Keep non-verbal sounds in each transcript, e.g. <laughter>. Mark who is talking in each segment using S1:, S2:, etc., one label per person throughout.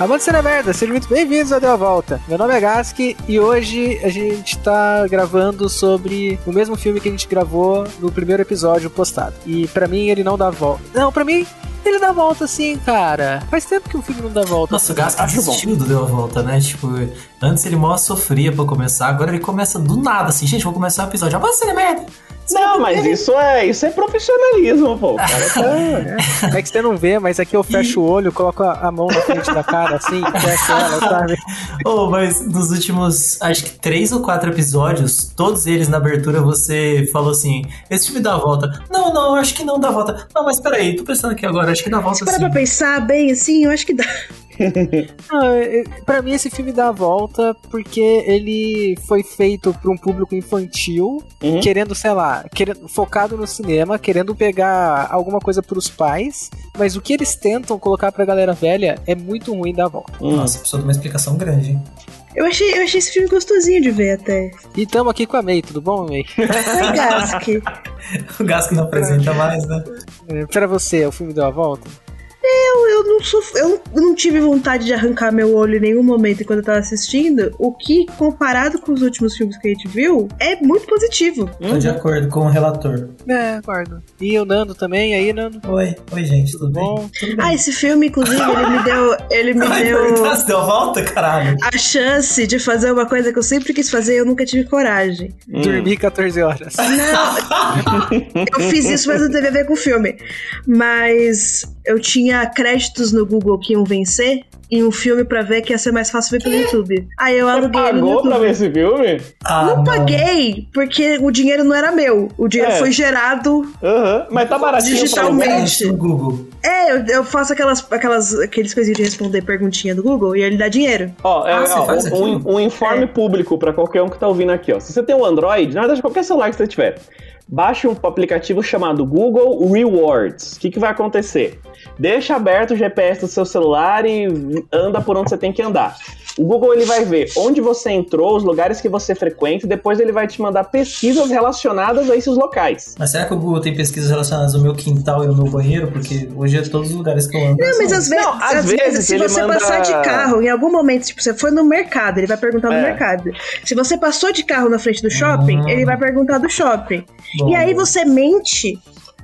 S1: Amantes da merda, sejam muito bem-vindos ao Deu a Volta. Meu nome é Gaski e hoje a gente tá gravando sobre o mesmo filme que a gente gravou no primeiro episódio postado. E pra mim ele não dá volta. Não, pra mim ele dá volta sim, cara. Faz tempo que o filme não dá volta.
S2: Nossa, o Gask
S1: Acho bom.
S2: desistiu do Deu a Volta, né? Tipo, antes ele mó sofria pra começar, agora ele começa do nada, assim, gente, vou começar o episódio. Avança, você é merda!
S3: Não, mas isso é, isso é profissionalismo, pô. O cara tá-
S1: É que você não vê, mas aqui eu fecho o olho, coloco a a mão na frente da cara assim,
S2: <laughs>
S1: fecho ela, sabe?
S2: Oh, mas nos últimos, acho que três ou quatro episódios, todos eles na abertura você falou assim: esse filme dá a volta. Não, não, acho que não dá a volta. Não, mas peraí, tô pensando aqui agora, acho que dá a volta
S4: Para
S2: sim.
S4: pra pensar bem assim, eu acho que dá.
S1: Não, eu- Pra mim esse filme dá a volta porque ele foi feito pra um público infantil,
S3: Uhum.
S1: querendo, sei lá, querendo, focado no cinema, querendo pegar alguma coisa pros pais, mas o que eles tentam colocar pra galera velha é muito ruim da volta.
S3: Hum.
S2: Nossa, precisou de uma explicação grande, hein?
S4: Eu achei, eu achei esse filme gostosinho de ver até.
S1: E tamo aqui com a May, tudo bom, May?
S4: Foi Gask.
S2: O Gask não apresenta mais, né?
S1: É, pra você, o filme deu a volta?
S4: Eu, eu não sou. Eu não tive vontade de arrancar meu olho em nenhum momento enquanto eu tava assistindo. O que, comparado com os últimos filmes que a gente viu, é muito positivo.
S2: Tô de acordo com o relator.
S1: É, guarda. E o Nando também, aí, Nando?
S2: Oi, oi, gente, tudo bem?
S1: Bom,
S4: Ah, esse filme, inclusive, ele me deu. Ele me
S2: Hum. <laughs> Ai,
S4: deu.
S2: perguntar se deu a volta, caralho.
S4: A chance de fazer uma coisa que eu sempre quis fazer e eu nunca tive coragem.
S3: hum.
S1: dormi 14 horas.
S4: Eu fiz isso, mas não teve a ver com o filme. Mas eu tinha créditos no Google que iam vencer e um filme pra ver que ia ser mais fácil ver pelo YouTube. Aí eu
S3: Você
S4: aluguei ele no
S3: pagou pra
S4: YouTube.
S3: ver esse filme?
S2: Ah,
S4: Não paguei, porque o dinheiro não era meu. O dinheiro
S3: É.
S4: foi gerado.
S3: Aham, mas tá baratinho pra
S4: Digitalmente.
S3: alugar.
S2: Digitalmente. No Google.
S4: É, eu, eu faço aquelas, aquelas aqueles coisinhas de responder perguntinha do Google e ele dá dinheiro.
S3: Ó, é,
S2: Ah, você
S3: ó,
S2: faz
S3: um- um,
S2: aquilo?
S3: um informe
S4: É.
S3: público pra qualquer um que tá ouvindo aqui, ó. Se você tem um Android, na verdade, qualquer celular que você tiver, baixe um aplicativo chamado Google Rewards. O que, que vai acontecer? Deixa aberto o GPS do seu celular e anda por onde você tem que andar. O Google ele vai ver onde você entrou, os lugares que você frequenta, e depois ele vai te mandar pesquisas relacionadas a esses locais.
S2: Mas será que o Google tem pesquisas relacionadas ao meu quintal e ao meu banheiro? Porque hoje é todos os lugares que eu ando.
S4: Não, Ah, mas
S2: são-
S4: às vezes,
S3: Não, às
S4: às vezes,
S3: vezes
S4: se
S3: ele
S4: você
S3: manda-
S4: passar de carro, em algum momento, tipo, você foi no mercado, ele vai perguntar no
S3: É.
S4: mercado. Se você passou de carro na frente do shopping,
S2: Hum.
S4: ele vai perguntar do shopping.
S2: Bom,
S4: E aí você mente.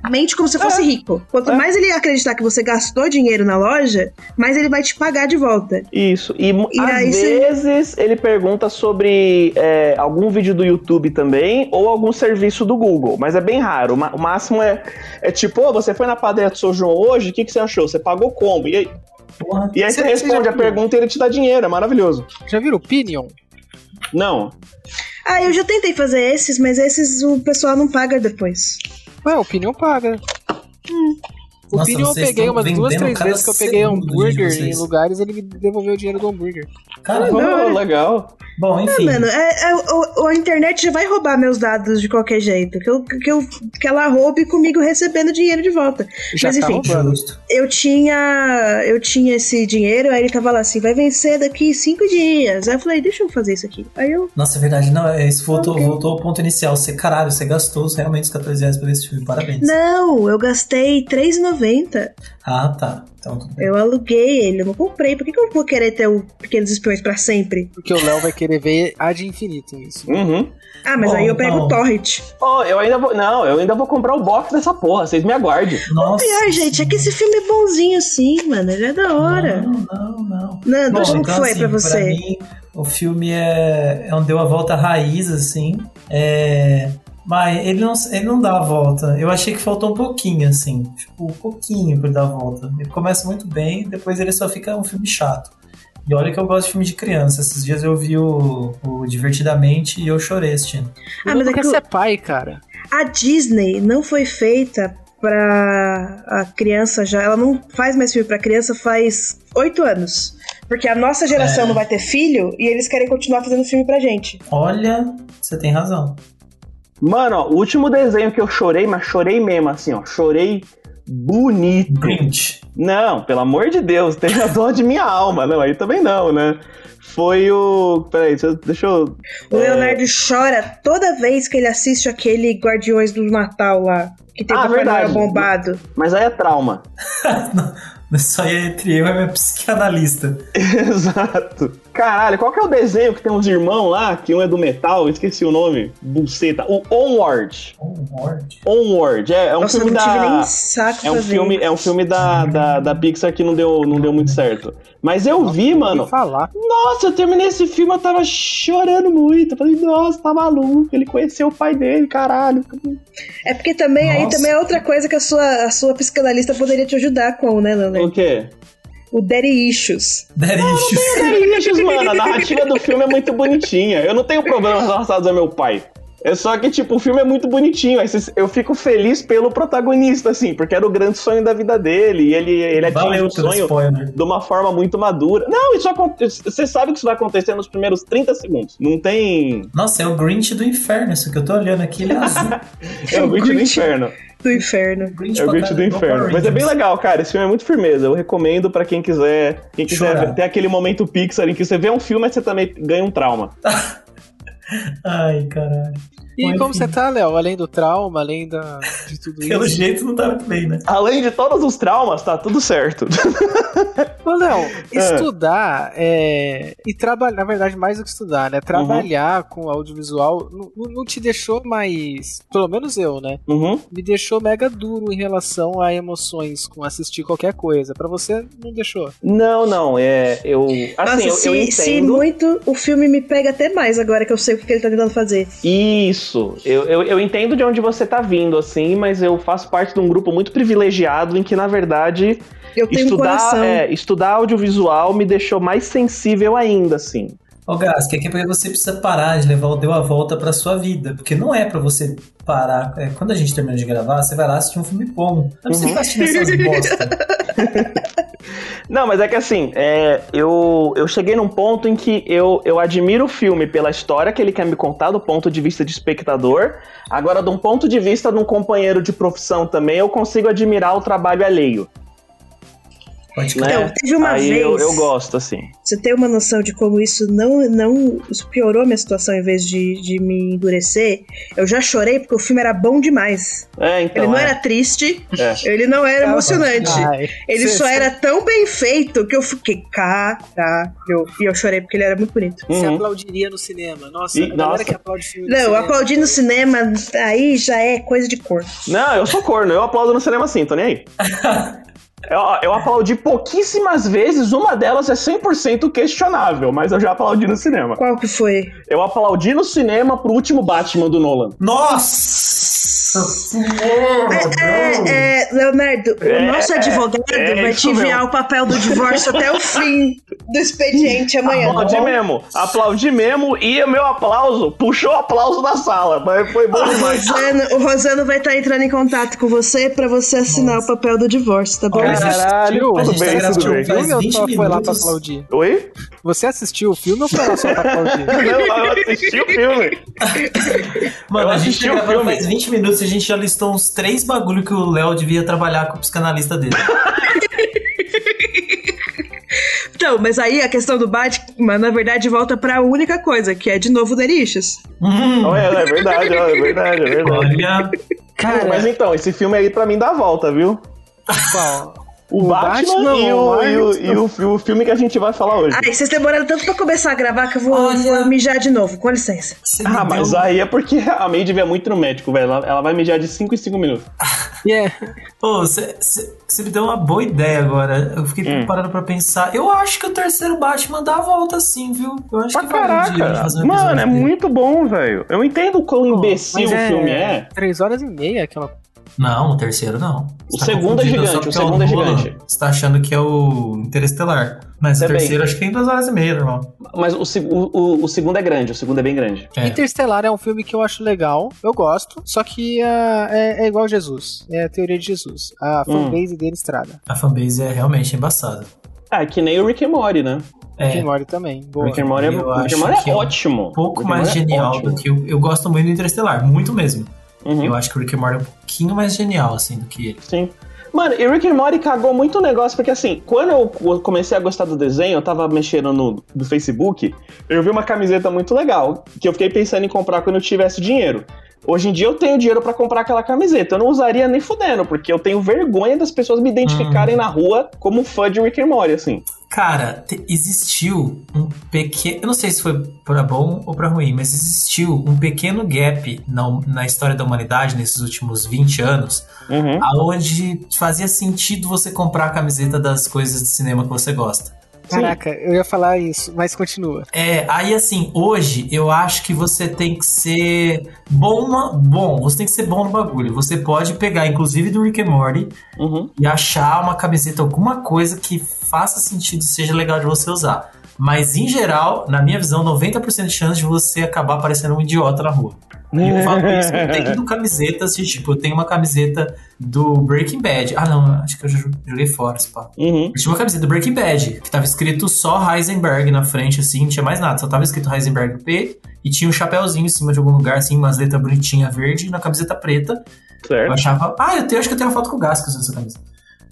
S4: Mente como se fosse rico. Quanto
S3: É.
S4: mais ele acreditar que você gastou dinheiro na loja, mais ele vai te pagar de volta.
S3: Isso. E, mu-
S4: E
S3: às
S4: aí você-
S3: vezes ele pergunta sobre é, algum vídeo do YouTube também ou algum serviço do Google, mas é bem raro. O ma- O máximo é, é tipo, "Ô, você foi na padaria do São João hoje? O que, que você achou? Você pagou como? E aí,
S2: Porra.
S3: e aí
S1: Você-
S3: você,
S1: você
S3: responde
S1: já
S3: a
S1: viu?
S3: pergunta e ele te dá dinheiro. É maravilhoso.
S1: Já viram o Pinion?
S3: Não.
S4: Ah, eu já tentei fazer esses, mas esses o pessoal não paga depois.
S1: Ué, o Pinion paga.
S4: Hum.
S1: O
S2: Nossa,
S1: Pinion eu
S2: vocês
S1: peguei
S2: estão
S1: umas duas,
S2: vendendo
S1: três
S2: cada
S1: vezes que eu peguei
S2: segundo de
S1: hambúrguer em
S2: vocês.
S1: lugares, ele me devolveu o dinheiro do hambúrguer.
S2: Caralho.
S3: Oh,
S4: é.
S3: legal.
S2: Bom, enfim.
S4: Mano, é- é- o, o- a internet já vai roubar meus dados de qualquer jeito. Que, eu, que, eu, que ela roube comigo recebendo dinheiro de volta.
S1: Já
S4: Mas
S1: tá
S4: enfim.
S1: roubando.
S2: Justo.
S4: Eu tinha. Eu tinha esse dinheiro, aí ele tava lá assim, vai vencer daqui cinco dias. Aí eu falei, deixa eu fazer isso aqui. Aí eu.
S2: Nossa, é verdade. Não, é, isso voltou,
S4: Ok.
S2: voltou ao ponto inicial. Você, caralho, você gastou os- realmente os 14 reais pra ver esse filme. Parabéns.
S4: Não, eu gastei R$3,90.
S2: Ah, tá. Então tudo bem.
S4: Eu aluguei ele, eu não comprei. Por que, que eu vou querer ter o Pequenos Espiões pra sempre?
S1: Porque o Léo vai querer ver a de infinito isso.
S3: Uhum.
S4: Ah, mas
S2: Bom,
S4: aí eu pego
S2: então.
S4: o Torrent.
S3: Oh, eu ainda vou. Não, eu ainda vou comprar o box dessa porra. Vocês me aguardem.
S2: Nossa.
S4: Pior, gente, é que esse filme é bonzinho, sim, mano. Ele é da hora.
S2: Não, não, não.
S4: Nando,
S2: Bom,
S4: como que
S2: então,
S4: foi
S2: assim,
S4: pra você?
S2: mim, o filme é, é um deu a volta raiz, assim. É, mas ele não, ele não dá a volta. Eu achei que faltou um pouquinho, assim. Tipo, um pouquinho pra ele dar a volta. Ele começa muito bem, depois ele só fica um filme chato. E olha que eu gosto de filme de criança. Esses dias eu vi o, o Divertidamente e eu chorei assistindo.
S4: Ah,
S1: Ah, mas
S4: mas é
S1: quer
S4: que o-
S1: ser pai, cara.
S4: A Disney não foi feita pra a criança já. Ela não faz mais filme pra criança faz oito anos. Porque a nossa geração
S2: É.
S4: não vai ter filho e eles querem continuar fazendo filme pra gente.
S2: Olha, você tem razão.
S3: Mano, ó, o último desenho que eu chorei, mas chorei mesmo, assim, ó. Chorei bonito.
S2: Grinch. <laughs>
S3: Não, pelo amor de Deus, tenha dó de minha alma. Não, aí também não, né? Foi o. Peraí, deixa eu. Deixa eu
S4: O
S3: É.
S4: Leonardo chora toda vez que ele assiste aquele Guardiões do Natal lá. Que tem
S3: Ah,
S4: o Papai Noel
S3: verdade.
S4: bombado.
S3: Mas aí é trauma. <laughs>
S2: Mas só é entre eu e minha psicanalista.
S3: Exato. Caralho, qual que é o desenho que tem uns irmãos lá, que um é do metal, eu esqueci o nome, buceta. O Onward.
S2: Oh, Lorde.
S3: Onward, é, é um
S4: Nossa, eu
S3: filme
S4: não tive
S3: da...
S4: nem saco
S3: É um
S4: pra ver.
S3: filme, é um filme da, da, da Pixar que não deu, não deu muito certo. Mas eu vi,
S1: Não
S3: mano.
S1: falar.
S3: Nossa, eu terminei esse filme, eu tava chorando muito. Eu falei, nossa, tá maluco. Ele conheceu o pai dele, caralho.
S4: É porque também aí
S2: Nossa.
S4: também é outra coisa que a sua, a sua psicanalista poderia te ajudar com, né,
S3: O
S4: Leonardo?
S3: quê?
S4: O Daddy Issues.
S2: Daddy issues.
S3: Bichos, mano, a narrativa do filme é muito bonitinha. Eu não tenho problemas relacionados ao meu pai. É só que, tipo, o filme é muito bonitinho. Aí cês- Eu fico feliz pelo protagonista, assim, porque era o grande sonho da vida dele. E ele, ele atingiu
S2: Valeu
S3: o
S2: pelo
S3: sonho
S2: spoiler.
S3: de uma forma muito madura. Não, isso acontece. Você sabe que isso vai acontecer nos primeiros 30 segundos. Não tem.
S2: Nossa, é o Grinch do inferno, isso que eu tô olhando aqui, ele é
S3: <laughs>
S2: azul.
S3: É o Grinch do
S4: Grinch.
S3: Inferno.
S4: Do inferno.
S2: Grinch
S3: É o
S2: pra
S3: Grinch do
S2: caralho, igual
S3: Inferno.
S2: Power
S3: Mas é bem
S2: Rangers.
S3: legal, cara. Esse filme é muito firmeza. Eu recomendo pra quem quiser. Quem quiser
S2: Chorar.
S3: ter aquele momento Pixar em que você vê um filme, mas você também ganha um trauma.
S2: Ai, caralho.
S1: E
S2: Mas,
S1: como
S2: enfim,
S1: você tá, Léo? Além do trauma, além da, de
S3: <laughs>
S1: tudo
S2: Pelo
S1: isso.
S2: jeito não tá muito bem, né?
S3: Além de todos os traumas, tá tudo certo. <laughs>
S1: Ô, Léo,
S3: É.
S1: estudar é, e trabalhar, na verdade, mais do que estudar, né? Trabalhar
S3: Uhum.
S1: com audiovisual não, não- não te deixou mais. Pelo menos eu, né?
S3: Uhum.
S1: Me deixou mega duro em relação a emoções com assistir qualquer coisa. Pra você, não deixou.
S3: Não, não, é. Eu. Assim,
S4: Nossa,
S3: eu, eu
S4: se, se
S3: entendo.
S4: muito, o filme me pega até mais agora que eu sei o que ele tá tentando fazer.
S3: Isso. Eu, eu, eu entendo de onde você tá vindo, assim, mas eu faço parte de um grupo muito privilegiado em que, na verdade,
S4: Eu tenho um
S3: estudar,
S4: coração.
S3: é, estudar audiovisual me deixou mais sensível ainda, assim.
S2: Ô, Gás, que aqui é porque você precisa parar de levar o Deu a Volta pra sua vida. Porque não é pra você parar. é, quando a gente termina de gravar, você vai lá assistir um filme bom. Não precisa
S3: Uhum.
S2: ficar tá assistindo essas bosta.
S3: Não, mas é que assim, é, eu, eu cheguei num ponto em que eu, eu admiro o filme pela história que ele quer me contar, do ponto de vista de espectador. Agora, de um ponto de vista de um companheiro de profissão também, eu consigo admirar o trabalho alheio.
S2: Pode
S3: Né?
S4: Então, teve uma
S3: Aí
S4: vez.
S3: eu, eu gosto, assim.
S4: Você tem uma noção de como isso não, não isso piorou minha situação em vez de, de me endurecer? Eu já chorei porque o filme era bom demais.
S3: É, então.
S4: Ele não
S3: é.
S4: era triste,
S3: É.
S4: ele não era
S2: Tava.
S4: emocionante.
S1: Ai,
S4: Ele
S1: ah, cê-
S4: só
S1: cê-
S4: era tão bem feito que eu fiquei, caralho. E eu chorei porque ele era muito bonito.
S1: Você
S3: Uhum.
S1: aplaudiria no cinema. Nossa,
S3: Ih,
S1: a galera
S3: nossa.
S1: que aplaude filme no
S4: Não,
S1: cinema.
S4: aplaudir no cinema, aí já é coisa de cor.
S3: Não, eu sou corno, eu aplaudo no cinema sim, tô nem
S4: <laughs>
S3: aí. Eu, eu aplaudi pouquíssimas vezes, uma delas é 100% questionável, mas eu já aplaudi no cinema.
S4: Qual que foi?
S3: Eu aplaudi no cinema pro último Batman do Nolan.
S2: Nossa senhora! não.
S4: É, é, Leonardo,
S3: É,
S4: o nosso advogado
S3: é
S4: vai
S3: isso
S4: te enviar
S3: mesmo.
S4: o papel do divórcio até o fim
S3: <laughs>
S4: do expediente amanhã. tá
S3: Aplaudi
S2: bom.
S3: mesmo, aplaudi mesmo e o meu aplauso puxou o aplauso da sala, mas foi bom
S4: O
S3: demais.
S4: Rosano, o Rosano vai estar entrando em contato com você pra você assinar
S2: Nossa.
S4: o papel do divórcio, tá bom?
S2: Olha.
S3: Caralho,
S1: A
S2: gente tá
S3: tudo bem, tudo
S2: gravando
S3: bem.
S2: faz
S1: filme ou
S2: 20
S1: só foi lá pra
S2: minutos.
S1: aplaudir?
S3: Oi?
S1: Você assistiu o filme ou foi lá só pra
S3: <laughs>
S1: aplaudir?
S3: Não, eu assisti o filme.
S2: Mano,
S3: Eu
S2: a gente
S3: assisti
S2: tá
S3: o
S2: gravando
S3: filme.
S2: faz 20 minutos e a gente já listou uns três bagulho que o Léo devia trabalhar com o psicanalista
S3: <laughs>
S2: dele.
S4: Então, mas aí a questão do Batman, na verdade, volta pra única coisa, que é de novo o Derichas.
S2: Hum,
S3: Olha, é verdade, ó, é verdade, é verdade.
S2: olha.
S1: é
S3: Mas então, esse filme aí pra mim dá a volta, viu?
S1: qual?
S3: O,
S1: O
S3: Batman,
S1: Batman, o
S3: e, o, e, o,
S1: Arnold.
S3: e o- e o filme que a gente vai falar hoje.
S4: Ai, vocês demoraram tanto pra começar a gravar que eu vou,
S2: Olha.
S4: vou mijar de novo, com licença.
S2: você me
S3: Ah,
S2: deu-
S3: mas aí é porque a Mandy vai muito no médico, velho. Ela, ela vai mijar de 5 em 5 minutos.
S1: Yeah.
S2: Ô, Você você me deu uma boa ideia agora. Eu fiquei
S3: Hum.
S2: parando pra pensar. Eu acho que o terceiro Batman dá a volta sim, viu? Eu acho
S3: Pra
S2: que vale um dia a gente
S3: caraca.
S2: fazer um
S3: Mano,
S2: episódio
S3: é
S2: dele.
S3: muito bom, velho. Eu entendo o quão imbecil
S1: Mas
S3: o filme é.
S1: Três horas e meia aquela.
S2: Não, o terceiro não.
S3: O
S2: Você tá
S3: segundo é
S2: confundindo,
S3: gigante,
S2: só
S3: o
S2: porque
S3: segundo é
S2: Nolan,
S3: gigante.
S2: Você tá achando que é o Interestelar. Mas
S3: Também.
S2: o terceiro acho que tem duas horas e meia, irmão.
S3: Mas o, se- o- o- o segundo é grande, o segundo é bem grande.
S2: É.
S1: Interstellar é um filme que eu acho legal, eu gosto, só que ah, é, é igual Jesus. É a teoria de Jesus. A fanbase dele é estrada.
S2: A fanbase é realmente embaçada.
S3: Ah, que nem o Rick and Morty, né?
S1: É.
S2: É,
S1: Rick
S2: um
S1: and Morty também.
S3: O
S1: Boa.
S3: Rick and Morty é,
S2: eu
S3: o Rick and
S2: acho
S3: Morty
S2: que
S3: é
S2: é um
S3: ótimo.
S2: pouco
S3: O Rick and
S2: mais
S3: Morty é
S2: genial
S3: ótimo.
S2: do que o... Eu gosto muito do Interestelar, muito mesmo.
S3: Uhum,
S2: Eu acho que o Rick and Morty é um pouquinho mais genial, assim, do que ele.
S3: Sim. Mano, e Rick and Morty cagou muito o negócio, porque assim, quando eu comecei a gostar do desenho, eu tava mexendo no do Facebook, eu vi uma camiseta muito legal, que eu fiquei pensando em comprar quando eu tivesse dinheiro. Hoje em dia eu tenho dinheiro pra comprar aquela camiseta. Eu não usaria nem fudendo, porque eu tenho vergonha das pessoas me
S2: Hum.
S3: identificarem na rua como fã de Rick and Morty, assim.
S2: Cara, te- existiu um pequeno. Eu não sei se foi pra bom ou pra ruim, mas existiu um pequeno gap na, hum, na história da humanidade nesses últimos 20 anos,
S3: Uhum.
S2: aonde fazia sentido você comprar a camiseta das coisas de cinema que você gosta.
S1: Caraca, eu ia falar isso, mas continua.
S2: É, aí assim, hoje eu acho que você tem que ser bom, na- bom, você tem que ser bom no bagulho. Você pode pegar, inclusive do Rick and Morty,
S3: Uhum.
S2: e achar uma camiseta, alguma coisa que faça sentido, seja legal de você usar. Mas em geral, na minha visão, 90% de chance de você acabar parecendo um idiota na rua. E eu falo isso
S3: <laughs>
S2: tendo camisetas, de, tipo, eu tenho uma camiseta do Breaking Bad. Ah, não, acho que eu já joguei fora esse papo.
S3: Uhum.
S2: Eu tinha uma camiseta do Breaking Bad, que tava escrito só Heisenberg na frente, assim, não tinha mais nada, só tava escrito Heisenberg no peito, e tinha um chapéuzinho em cima de algum lugar, assim, umas letras bonitinhas verde, e na camiseta preta, eu
S3: Certo.
S2: achava, ah, eu tenho, acho que eu tenho uma foto com o Gasca nessa camisa.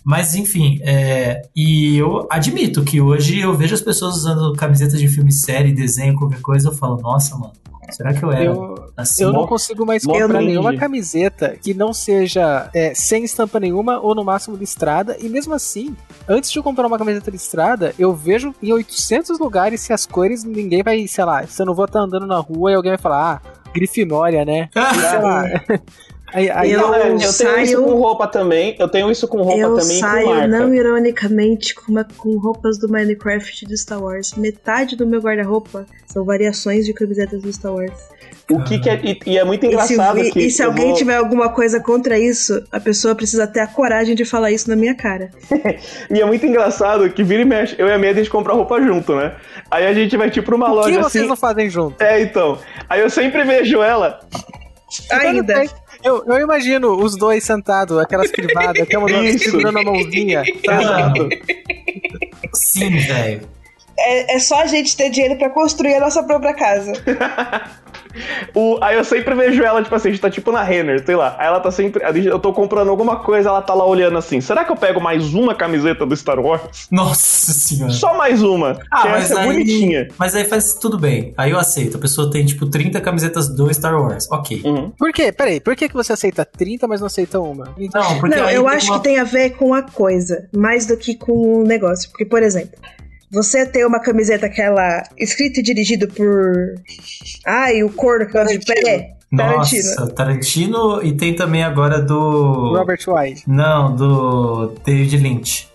S2: Mas enfim, é, e eu admito que hoje eu vejo as pessoas usando camisetas de filme, série, desenho, qualquer coisa, eu falo, nossa, mano, será que eu era
S1: Eu,
S2: assim?
S1: eu
S3: mó-
S1: não consigo mais
S3: mó
S1: comprar
S3: brinde.
S1: nenhuma camiseta que não seja é, sem estampa nenhuma ou no máximo listrada. E mesmo assim, antes de eu comprar uma camiseta listrada, eu vejo em 800 lugares se as cores ninguém vai, sei lá, você não vou estar andando na rua e alguém vai falar, ah, Grifinória, né? Sei lá. <laughs> Aí, aí-
S4: Eu
S3: Não, é, eu tenho isso
S4: saio-
S3: com roupa também. Eu tenho isso com roupa
S4: Eu
S3: também e com
S4: saio,
S3: marca.
S4: não ironicamente, com, uma- com roupas do Minecraft e do Star Wars. Metade do meu guarda-roupa são variações de camisetas do Star Wars.
S3: O que que é, e, e é muito engraçado
S4: e se,
S3: que.
S4: e se
S3: eu
S4: alguém
S3: vou-
S4: tiver alguma coisa contra isso, a pessoa precisa ter a coragem de falar isso na minha cara.
S3: E é muito engraçado que vira e mexe. Eu e a Mia, a gente compra roupa junto, né? Aí a gente vai, tipo, pra uma
S1: o que
S3: loja
S1: vocês
S3: assim.
S1: não fazem junto?
S3: É, então. Aí eu sempre vejo ela.
S4: Ainda.
S1: Eu, eu imagino os dois sentados, aquelas privadas,
S3: <laughs>
S1: aquela
S3: Isso.
S1: segurando a mãozinha.
S2: Mano, Sim, velho.
S4: É, é só a gente ter dinheiro pra construir a nossa própria casa.
S3: <laughs> O- aí eu sempre vejo ela, tipo assim, a gente tá tipo na Renner, sei lá. Aí ela tá sempre. a gente- Eu tô comprando alguma coisa, ela tá lá olhando assim. Será que eu pego mais uma camiseta do Star Wars?
S2: Nossa senhora.
S3: Só mais uma.
S2: Ah,
S3: que
S2: mas
S3: essa é
S2: aí-
S3: bonitinha.
S2: Mas aí faz tudo bem. Aí eu aceito. A pessoa tem, tipo, 30 camisetas do Star Wars. Ok.
S3: Uhum.
S1: Por quê? Peraí, por que, que você aceita 30, mas não aceita uma? Então,
S2: Não, porque
S4: Não,
S2: aí
S4: eu
S2: tem
S4: acho
S2: uma-
S4: que tem a ver com a coisa, mais do que com o negócio. Porque, por exemplo, você ter uma camiseta que ela é escrita e dirigida por. Ai, o corno que eu gosto de pé.
S2: Nossa, Tarantino. E tem também agora do.
S1: Robert Wise.
S2: Não, do David Lynch.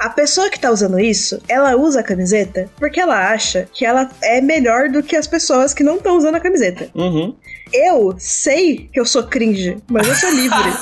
S4: A pessoa que tá usando isso, ela usa a camiseta porque ela acha que ela é melhor do que as pessoas que não estão usando a camiseta.
S3: Uhum.
S4: Eu sei que eu sou cringe, mas eu sou <laughs> livre.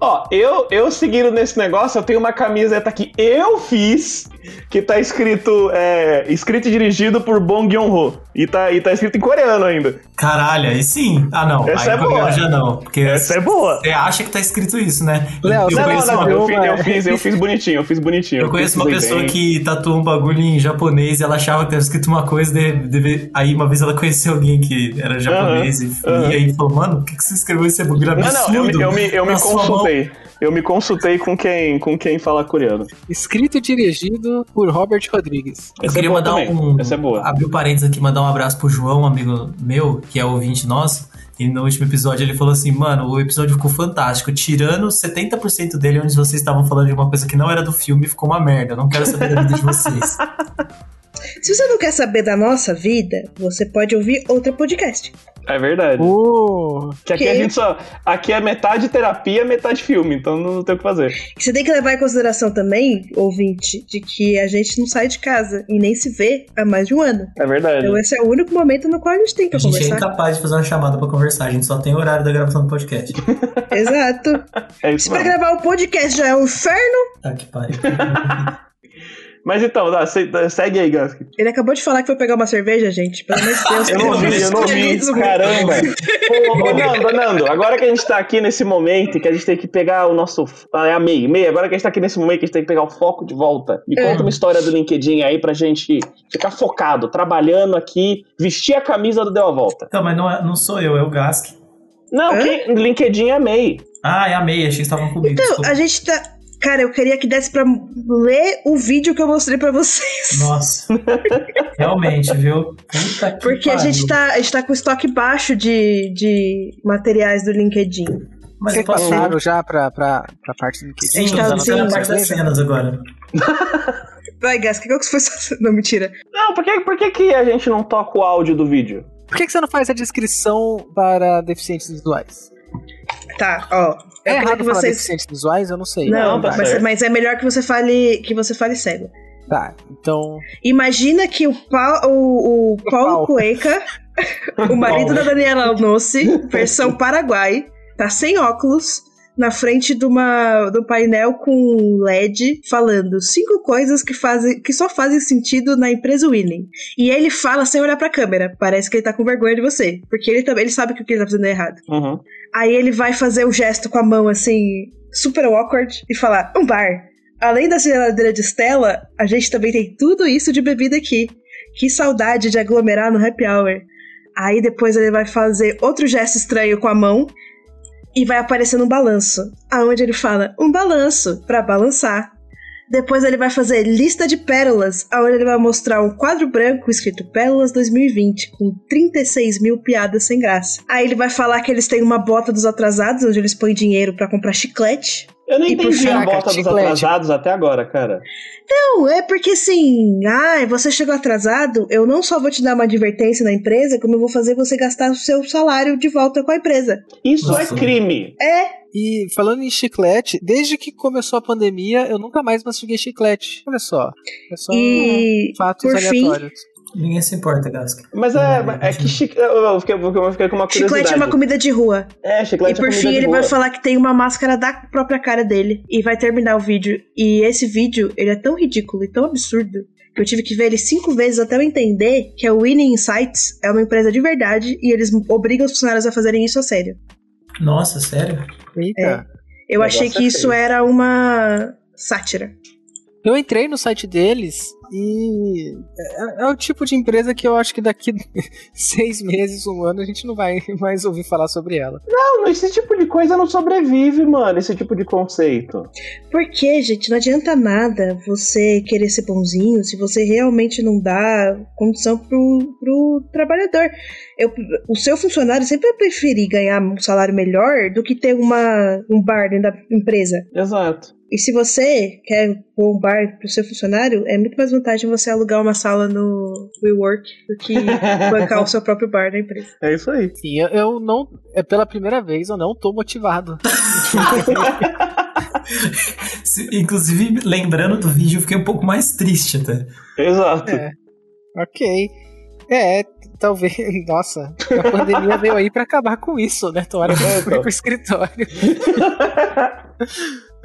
S3: Ó, eu, eu seguindo nesse negócio, eu tenho uma camiseta que eu fiz, que tá escrito. É, escrito e dirigido por Bong Joon-ho. E tá, e tá escrito em coreano ainda.
S2: Caralho, aí sim. Ah, não.
S3: Essa
S2: aí
S3: é
S2: pra mim
S3: boa.
S2: eu já não. Porque
S3: Essa é boa.
S2: Você acha que tá escrito isso, né?
S1: Léo,
S2: eu,
S1: você é né?
S3: Não, não,
S2: conheço
S1: pensa
S3: não,
S2: uma,
S1: em
S3: eu,
S1: alguma?
S3: fiz, eu fiz, eu fiz bonitinho, eu fiz bonitinho.
S2: eu conheço uma
S3: pesquisei
S2: pessoa
S3: bem.
S2: que tatuou um bagulho em japonês e ela achava que tava escrito uma coisa, de, de- aí uma vez ela conheceu alguém que era japonês e,
S3: aham.
S2: e aí falou, mano, por que, que você escreveu esse bagulho
S3: Não,
S2: é absurdo?
S3: não, eu, me- eu me, eu me
S2: na sua mão?"
S3: consultei. Eu me consultei com quem, com quem fala coreano.
S1: Escrito e dirigido por Robert Rodrigues.
S2: Eu
S3: Essa
S2: queria
S3: é boa
S2: mandar
S3: também.
S2: um.
S3: Essa é boa.
S2: Abrir um parênteses aqui, mandar um abraço pro João, um amigo meu, que é ouvinte nosso. E no último episódio ele falou assim: mano, o episódio ficou fantástico. Tirando 70% dele, onde vocês estavam falando de uma coisa que não era do filme, ficou uma merda. Eu Não quero saber da vida de
S4: <laughs>
S2: vocês.
S4: Se você não quer saber da nossa vida, você pode ouvir outro podcast.
S3: É verdade.
S1: Uh,
S3: Que aqui a
S4: que-
S3: gente só. Aqui é metade terapia, metade filme, então não tem o que fazer.
S4: Você tem que levar em consideração também, ouvinte, de que a gente não sai de casa e nem se vê há mais de um ano.
S3: É verdade.
S4: Então esse é o único momento no qual a gente tem
S2: A
S4: que
S2: gente é
S4: conversar.
S2: incapaz de fazer uma chamada pra conversar, a gente só tem o horário da gravação do
S4: <laughs>
S2: podcast.
S4: Exato.
S3: É
S4: Se
S3: isso
S4: pra
S3: mesmo.
S4: gravar o podcast já é um inferno,
S2: Tá que pariu.
S3: Mas então, dá, se- dá, segue aí, Gask.
S4: ele acabou de falar que foi pegar uma cerveja, gente. Pelo amor de
S3: <laughs>
S4: Deus.
S3: Eu não
S4: cara.
S3: ouvi, eu não ouvi.
S4: Isso, cara.
S3: Caramba. Ô, ô, Nando, Nando, agora que a gente tá aqui nesse momento, que a gente tem que pegar o nosso. Ah, é a MEI, MEI, agora que a gente tá aqui nesse momento, que a gente tem que pegar o foco de volta. Me
S4: É.
S3: conta uma história do LinkedIn aí pra gente ficar focado, trabalhando aqui, vestir
S2: Então,
S3: a camisa do Deu a Volta.
S2: Não, mas não, é- não sou eu, é o Gask.
S3: Não,
S4: Hã?
S3: quem- LinkedIn é MEI.
S2: Ah, é a meia, achei que vocês estavam comigo.
S4: Então,
S2: desculpa.
S4: a gente tá. Cara, eu queria que desse pra ler o vídeo que eu mostrei pra vocês. <laughs>
S2: Nossa. Realmente, viu? Puta que
S4: Porque a
S2: pariu.
S4: gente, tá, a gente tá com estoque baixo de, de materiais do LinkedIn.
S2: Mas
S1: Vocês
S2: eu posso...
S1: passaram tá já pra, pra, pra parte do que
S2: Sim,
S4: gente tá
S2: tá na
S4: sim.
S2: parte das cenas agora.
S4: Vai, Gas, o que que foi sua... <laughs> Não, mentira.
S3: Não, por que, por que, que a gente não toca o áudio do vídeo?
S1: Por que, que você não faz a descrição para deficientes visuais?
S4: Tá, ó. Eu
S1: É
S4: queria
S1: errado
S4: que
S1: falar
S4: vocês.
S1: deficientes visuais? Eu não sei.
S4: Não,
S3: Não, tá
S4: mas,
S3: certo.
S4: mas é melhor que você fale que você fale cego.
S1: Tá, então...
S4: Imagina que o, Pa- o, o
S1: Paulo.
S4: Paulo Cueca, o marido da Daniela Alnossi, versão Paraguai, tá sem óculos, na frente de uma do painel com LED falando cinco coisas que fazem que só fazem sentido na empresa Winning. E ele fala sem olhar pra câmera. Parece que ele tá com vergonha de você, porque ele também ele sabe que o que ele tá fazendo é errado.
S3: Uhum.
S4: Aí ele vai fazer o gesto com a mão assim, super awkward, e falar: um bar. Além da geladeira de Stella, a gente também tem tudo isso de bebida aqui. Que saudade de aglomerar no happy hour. Aí depois ele vai fazer outro gesto estranho com a mão e vai aparecendo um balanço. Aonde ele fala: um balanço, pra balançar. Depois ele vai fazer lista de pérolas, aonde ele vai mostrar um quadro branco escrito Pérolas 2020, com 36 mil piadas sem graça. Aí ele vai falar que eles têm uma bota dos atrasados, onde eles põem dinheiro pra comprar chiclete.
S3: Eu não
S4: E por
S3: entendi a
S1: fraca,
S3: bota dos
S1: chiclete.
S3: atrasados até agora, cara.
S4: Não, é porque assim, ah, você chegou atrasado, eu não só vou te dar uma advertência na empresa, como eu vou fazer você gastar o seu salário de volta com a empresa.
S3: Isso
S2: Nossa.
S3: é crime.
S4: É,
S1: E falando em chiclete, desde que começou a pandemia, eu nunca mais mastiguei chiclete. Olha só. É só
S4: e
S1: fatos
S4: por fim,
S1: aleatórios.
S2: Ninguém se importa, Gasca.
S3: Mas é, é que chique... eu, fiquei, eu fiquei com uma curiosidade.
S4: chiclete é uma comida de rua.
S3: É,
S4: E
S3: chiclete é
S4: por
S3: comida
S4: fim,
S3: de
S4: ele
S3: rua.
S4: vai falar que tem uma máscara da própria cara dele. E vai terminar o vídeo. E esse vídeo, ele é tão ridículo e tão absurdo que eu tive que ver ele cinco vezes até eu entender que a Winning Insights é uma empresa de verdade e eles obrigam os funcionários a fazerem isso a sério.
S2: Nossa, sério?
S1: Eita.
S4: Eu
S3: O
S4: achei
S3: negócio
S4: que
S3: é
S4: isso
S3: feio.
S4: era uma sátira.
S1: Eu entrei no site deles e é, é o tipo de empresa que eu acho que daqui <laughs> seis meses, um ano, a gente não vai <laughs> mais ouvir falar sobre ela.
S3: Não, esse tipo de coisa não sobrevive, mano, esse tipo de conceito.
S4: Porque, gente, não adianta nada você querer ser bonzinho se você realmente não dá condição pro, pro trabalhador. Eu- o seu funcionário sempre vai preferir ganhar um salário melhor do que ter uma, um bar dentro da empresa.
S3: Exato.
S4: E se você quer pôr um bar pro seu funcionário, é muito mais vantagem você alugar uma sala no WeWork do que bancar o seu próprio bar na empresa.
S3: <laughs> É isso aí.
S1: Enfim, eu, eu não. É pela primeira vez, eu não tô motivado.
S2: Se- Inclusive, lembrando do vídeo, eu fiquei um pouco mais triste até.
S3: Exato.
S1: É. Ok. É, talvez. <laughs> Nossa, a pandemia veio aí pra acabar com isso, né? Tomara que
S3: É,
S1: não foi
S3: então.
S1: pro escritório.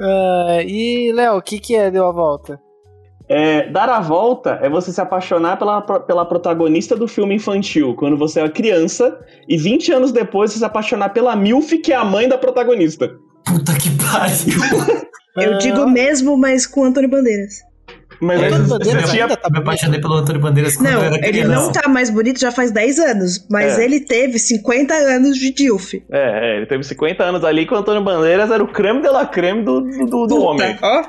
S1: Ah, e, Léo, o que, que é deu a volta?
S3: É, dar a volta é você se apaixonar pela, pela protagonista do filme infantil, quando você é criança, e 20 anos depois você se apaixonar pela Milf, que é a mãe da protagonista.
S2: Puta que <laughs> pariu!
S1: Ah.
S4: Eu digo mesmo, mas com o Antônio Bandeiras.
S3: Mas
S1: É,
S3: aí
S1: Antônio
S3: você
S1: Bandeiras
S3: tinha-
S1: ainda tá
S2: Me apaixonei pelo Antônio Bandeiras quando eu
S4: Não,
S2: era
S4: ele
S2: criança.
S4: não tá mais bonito já faz 10 anos, mas
S3: É.
S4: ele teve 50 anos de DILF.
S3: é, é, ele teve 50 anos ali que o Antônio Bandeiras era o creme de la creme do, do, do
S4: Puta,
S3: homem.
S4: Ó,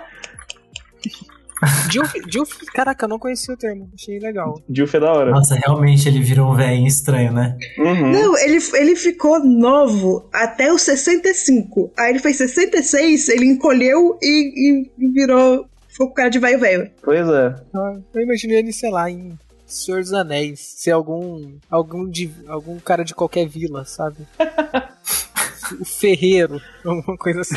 S1: Dilf, Dilf, um, caraca, eu não conheci o termo, achei legal.
S3: Dilf é da hora.
S2: Nossa, realmente ele virou um velhinho estranho, né?
S4: Ah.
S3: Uhum.
S4: Não, ele, ele ficou novo até os 65. Aí ele fez 66, ele encolheu e, e virou. Ficou com cara de velho velho.
S3: Pois é.
S1: Ah, Eu imaginei ele, sei lá, em Senhor dos Anéis, ser algum algum de algum cara de qualquer vila, sabe? <laughs> o ferreiro, alguma coisa assim.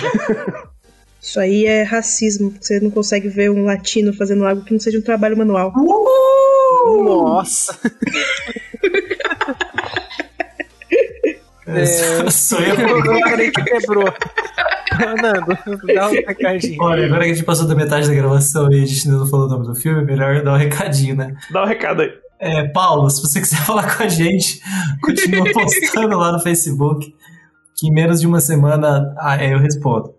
S4: Isso aí é racismo, porque você não consegue ver um latino fazendo algo que não seja um trabalho manual.
S3: <laughs>
S1: Nossa. É.
S2: <laughs> Sou
S1: Eu
S2: eu.
S1: falei que <laughs> quebrou. Fernando, dá um recadinho.
S2: Olha, agora que a gente passou da metade da gravação e a gente ainda não falou o nome do filme, é melhor dar um recadinho, né?
S3: Dá um recado aí.
S2: É, Paulo, se você <laughs> quiser falar com a gente, continua postando lá no Facebook, que em menos de uma semana ah, é, eu respondo.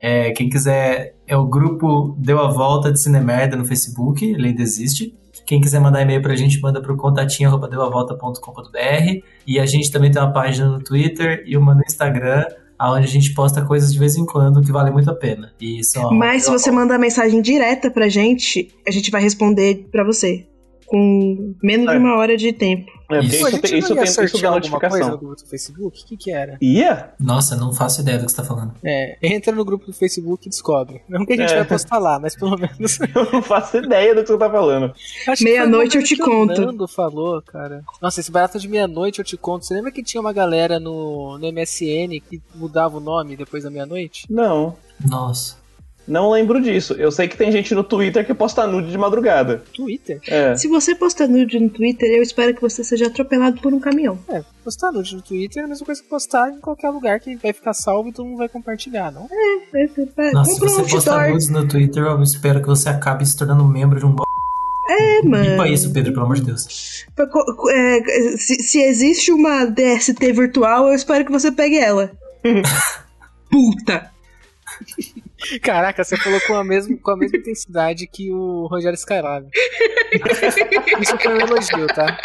S2: É, quem quiser, é o grupo Deu a Volta de Cinemerda no Facebook, ele ainda existe. Quem quiser mandar e-mail pra gente, manda pro contatinho.deuavolta.com.br e a gente também tem uma página no Twitter e uma no Instagram, aonde a gente posta coisas de vez em quando que vale muito a pena. E só
S4: Mas se você mandar mensagem direta pra gente, a gente vai responder pra você. Com menos de uma hora de tempo.
S3: É, porque
S2: Isso.
S1: Pô, a
S3: isso,
S1: gente
S3: tem, isso,
S1: não ia
S3: tem, isso dá
S1: sortear alguma coisa no
S3: notificação.
S1: grupo do Facebook? O que que era?
S3: Ia? <laughs>
S2: Nossa, não faço ideia do que você tá falando.
S1: É, entra no grupo do Facebook e descobre. Não que a gente
S3: É.
S1: vai postar lá, mas pelo menos...
S3: Eu não faço ideia do que você tá falando.
S1: Acho que
S4: Meia-noite
S1: foi uma
S4: eu te
S1: coisa que
S4: conto.
S1: O Nando falou, cara. Nossa, esse barato de meia-noite eu te conto. Você lembra que tinha uma galera no, no MSN que mudava o nome depois da meia-noite?
S3: Não.
S2: Nossa.
S3: Não lembro disso. Eu sei que tem gente no Twitter que posta nude de madrugada.
S1: Twitter?
S3: É.
S4: Se você postar nude no Twitter, eu espero que você seja atropelado por um caminhão.
S1: É, postar nude no Twitter é a mesma coisa que postar em qualquer lugar que vai ficar salvo e todo mundo vai compartilhar, não?
S4: É, é, é,
S2: Nossa, se
S4: Compra um
S2: você postar
S4: outdoor.
S2: nudes no Twitter, eu espero que você acabe se tornando membro de um golpe.
S4: É, mano.
S2: Limpa isso, Pedro, pelo amor de Deus.
S4: Pra co- é, se, se existe uma DST virtual, eu espero que você pegue ela. Puta!
S1: <laughs> Caraca, você falou com a mesma, com a <laughs> mesma intensidade que o Rogério Skylab. <laughs> Isso foi um elogio, tá?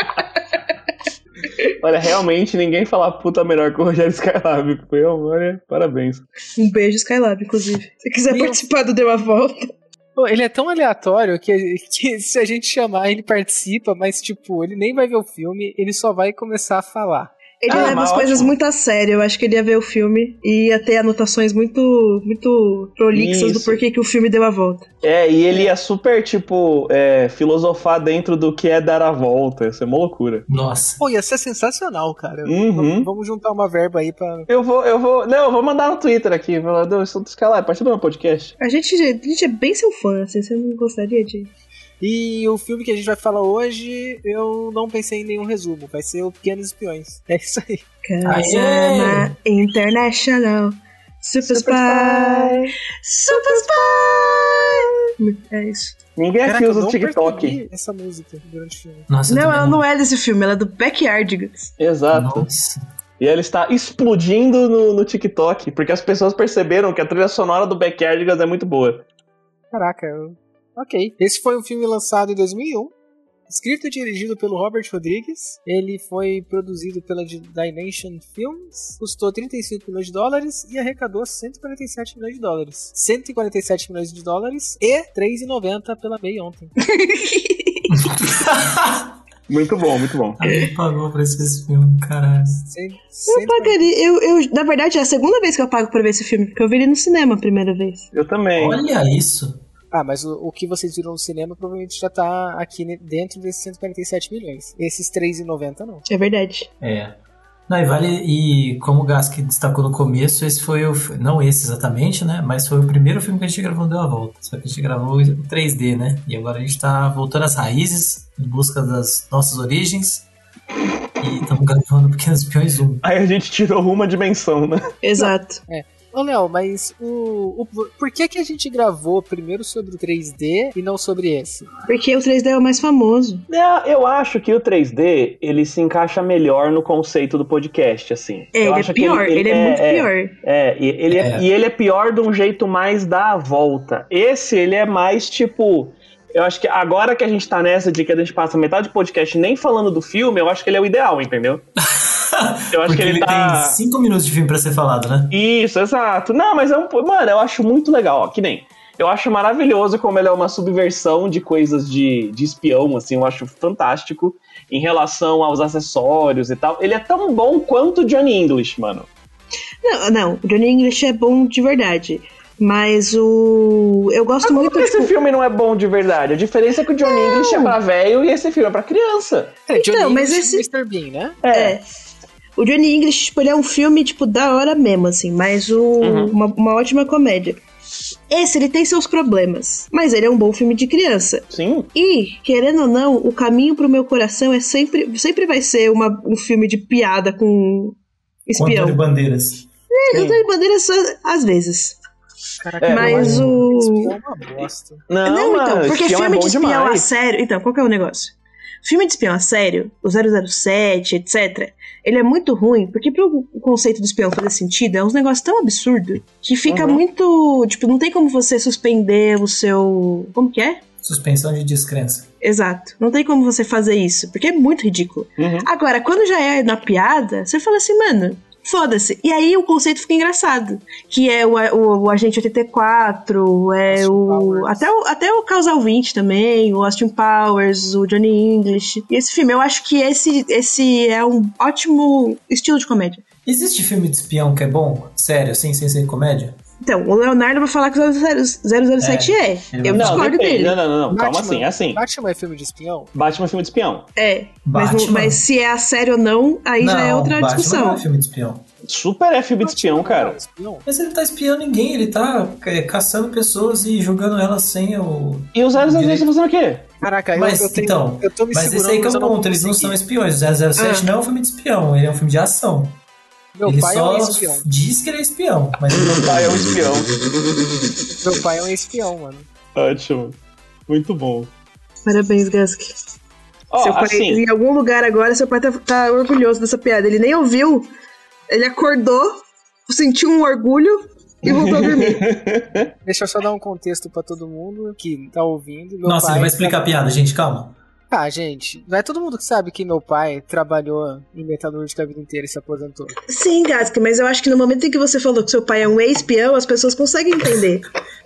S3: Olha, realmente ninguém fala puta melhor que o Rogério Skylab. Foi eu, olha, parabéns.
S4: Um beijo, Skylab, inclusive. Se quiser
S1: Meu-
S4: participar do Deu a Volta.
S1: Pô, ele é tão aleatório que, que se a gente chamar, ele participa, mas tipo, ele nem vai ver o filme, ele só vai começar a falar.
S4: Ele
S3: Ah,
S4: leva
S3: mas
S4: as coisas
S3: ótimo.
S4: muito a sério. Eu acho que ele ia ver o filme e ia ter anotações muito, muito prolixas do
S3: Isso.
S4: porquê que o filme deu a volta.
S3: É, e ele ia super, tipo, é, filosofar dentro do que é dar a volta. Isso é uma loucura.
S2: Nossa.
S1: Pô, ia ser sensacional, cara.
S3: Uhum.
S1: Vamos- Vamos juntar uma verba aí pra.
S3: Eu vou, eu vou. Não, eu vou mandar no Twitter aqui. Falar, "Não, eu sou do Skylab, participa do meu podcast.
S4: A gente, a gente é bem seu fã, assim, você não gostaria de.
S1: E o filme que a gente vai falar hoje, eu não pensei em nenhum resumo. Vai ser o Pequenos Espiões. <laughs> É isso aí.
S4: Kazama International. Super, Spy! Super Spy! É isso.
S3: Ninguém aqui
S1: Caraca, eu
S3: usa o
S1: não
S3: TikTok.
S1: percebi essa música durante o filme.
S2: Nossa, eu
S4: Não,
S2: também
S4: ela não é desse filme, ela é do Backyardigans.
S3: Exato.
S2: Nossa.
S3: E ela está explodindo no, no TikTok, porque as pessoas perceberam que a trilha sonora do Backyardigans é muito boa.
S1: Caraca, eu- ok. Esse foi um filme lançado em 2001, escrito e dirigido pelo Robert Rodrigues. Ele foi produzido pela Di- Dimension Films, custou 35 milhões de dólares e arrecadou 147 milhões de dólares. 147 milhões de dólares e 3,90 pela Bay ontem.
S3: Muito bom, muito bom.
S2: Alguém pagou pra assistir esse filme, caralho.
S1: Cem-
S4: Eu
S1: 140
S4: pagaria. Eu, eu, na verdade, é a segunda vez que eu pago pra ver esse filme, porque eu vi ele no cinema a primeira vez.
S3: Eu também.
S2: Olha isso.
S1: Ah, mas o, o que vocês viram no cinema provavelmente já tá aqui ne- dentro desses 147 milhões. Esses 3,90 não.
S4: É verdade.
S2: É. Não, e vale, e como o Gask destacou no começo, esse foi o. fi- Não esse exatamente, né? Mas foi o primeiro filme que a gente gravou no Deu a Volta. Só que a gente gravou em 3D, né? E agora a gente tá voltando às raízes, em busca das nossas origens. E estamos gravando Pequenos Peões 1.
S3: Aí a gente tirou uma dimensão, né?
S4: Exato.
S1: Ô, Léo, mas o, o- Por que que a gente gravou primeiro sobre o 3D e não sobre esse?
S4: Porque o 3D é o mais famoso.
S3: É, eu acho que o 3D ele se encaixa melhor no conceito do podcast, assim.
S4: É,
S3: Eu
S4: ele
S3: acho
S4: é
S3: que
S4: pior, ele, é, muito pior.
S3: É, e ele é,
S2: É.
S3: e ele é pior de um jeito mais da volta. Esse, ele é mais tipo. Eu acho que agora que a gente tá nessa de que a gente passa metade do podcast nem falando do filme, eu acho que ele é o ideal, entendeu?
S2: <laughs>
S3: Eu acho
S2: Porque
S3: que ele,
S2: ele
S3: tá.
S2: tem 5 minutos de filme pra ser falado, né?
S3: Isso, exato. Não, mas é um. Mano, eu acho muito legal, ó, que nem. Eu acho maravilhoso como ele é uma subversão de coisas de, de espião, assim, eu acho fantástico em relação aos acessórios e tal. Ele é tão bom quanto o Johnny English, mano.
S4: Não, não, o Johnny English é bom de verdade. Mas o. Eu gosto
S3: Ah, Como
S4: muito.
S3: que esse
S4: tipo,
S3: filme não é bom de verdade? A diferença é que o Johnny English é pra velho e esse filme é pra criança.
S1: É,
S4: Então, mas
S1: English e
S4: esse-
S1: Mr. Bean, né?
S4: É. O Johnny English, tipo, ele é um filme, tipo, da hora mesmo, assim, mas o,
S3: Uhum.
S4: uma, uma ótima comédia. Esse, ele tem seus problemas, mas ele é um bom filme de criança.
S3: Sim.
S4: E, querendo ou não, o caminho pro meu coração é sempre, sempre vai ser uma- um filme de piada com
S2: Com Antônio
S4: espião.
S2: Bandeiras.
S4: É,
S3: Sim.
S4: Antônio Bandeiras, só- às vezes.
S1: Caraca,
S3: É,
S4: mas
S1: eu acho
S4: o-
S1: que esse filme é uma bosta.
S3: Não,
S4: Não,
S3: mano,
S4: então, porque
S3: espião é
S4: filme
S3: bom
S4: de espião a
S3: demais.
S4: sério. Então, qual que é o negócio? Filme de espião a sério, o 007, etc., ele é muito ruim, porque pro conceito do espião fazer sentido, é um negócio tão absurdo que fica
S3: Uhum.
S4: muito. Tipo, não tem como você suspender o seu. Como que é?
S2: Suspensão de descrença.
S4: Exato. Não tem como você fazer isso, porque é muito ridículo.
S3: Uhum.
S4: Agora, quando já é na piada, você fala assim, mano, Foda-se. E aí o conceito fica engraçado. Que é o, o, o Agente 84, é
S1: Austin
S4: o
S1: Powers.
S4: até, o. até o Causal 20 também, o Austin Powers, o Johnny English. E esse filme, eu acho que esse, esse é um ótimo estilo de comédia.
S2: Existe filme de espião que é bom? Sério, assim, sem ser comédia?
S4: Então, o Leonardo vai falar que o 007 é.
S2: ele
S4: Eu
S2: vai-
S3: Não,
S4: discordo
S3: depende.
S4: dele.
S1: né?
S3: Não, não, não, não. Calma
S1: Batman.
S3: assim, é assim.
S1: Batman é filme de espião?
S3: Batman é filme de espião.
S4: É. Mas, não-
S2: Batman.
S4: mas se é a série ou não, aí já é outra
S2: Batman Não
S4: discussão.
S2: é filme de espião.
S3: Super é filme de espião,
S1: Batman não é
S3: cara.
S1: espião?
S2: Mas ele tá espiando ninguém, ele tá é, caçando pessoas e julgando elas sem o.
S3: E os 007 estão fazendo o quê?
S1: Caraca, eu-
S2: Mas
S1: eu, tenho,
S2: então,
S1: eu tô me
S2: Mas esse
S1: segurando.
S2: aí que é
S1: eu
S2: o
S1: não vou
S2: ponto, eles não são
S1: conseguir. Ah.
S2: espiões. O 007 não é um filme de espião, ele é um filme de ação.
S1: Meu
S2: ele
S1: pai é
S2: só
S1: um espião.
S2: diz que ele é espião, mas ele não
S3: Ah, é um espião.
S1: Meu pai é um espião, mano.
S3: Ótimo. Muito bom.
S4: Parabéns, Gask.
S3: Ó,
S4: seu pai, é um
S3: assim,
S4: em algum lugar agora, seu pai tá, tá orgulhoso dessa piada. Ele nem ouviu, ele acordou, sentiu um orgulho e voltou a dormir.
S1: Deixa eu só dar um contexto pra todo mundo que tá ouvindo. Meu
S2: Nossa,
S1: pai é um
S2: ele vai explicar a piada, gente, calma.
S1: Ah, gente, não é todo mundo que sabe que meu pai trabalhou em metalúrgica a vida inteira e se aposentou.
S4: Sim, Gask, mas eu acho que no momento em que você falou que seu pai é um ex-peão, as pessoas conseguem entender.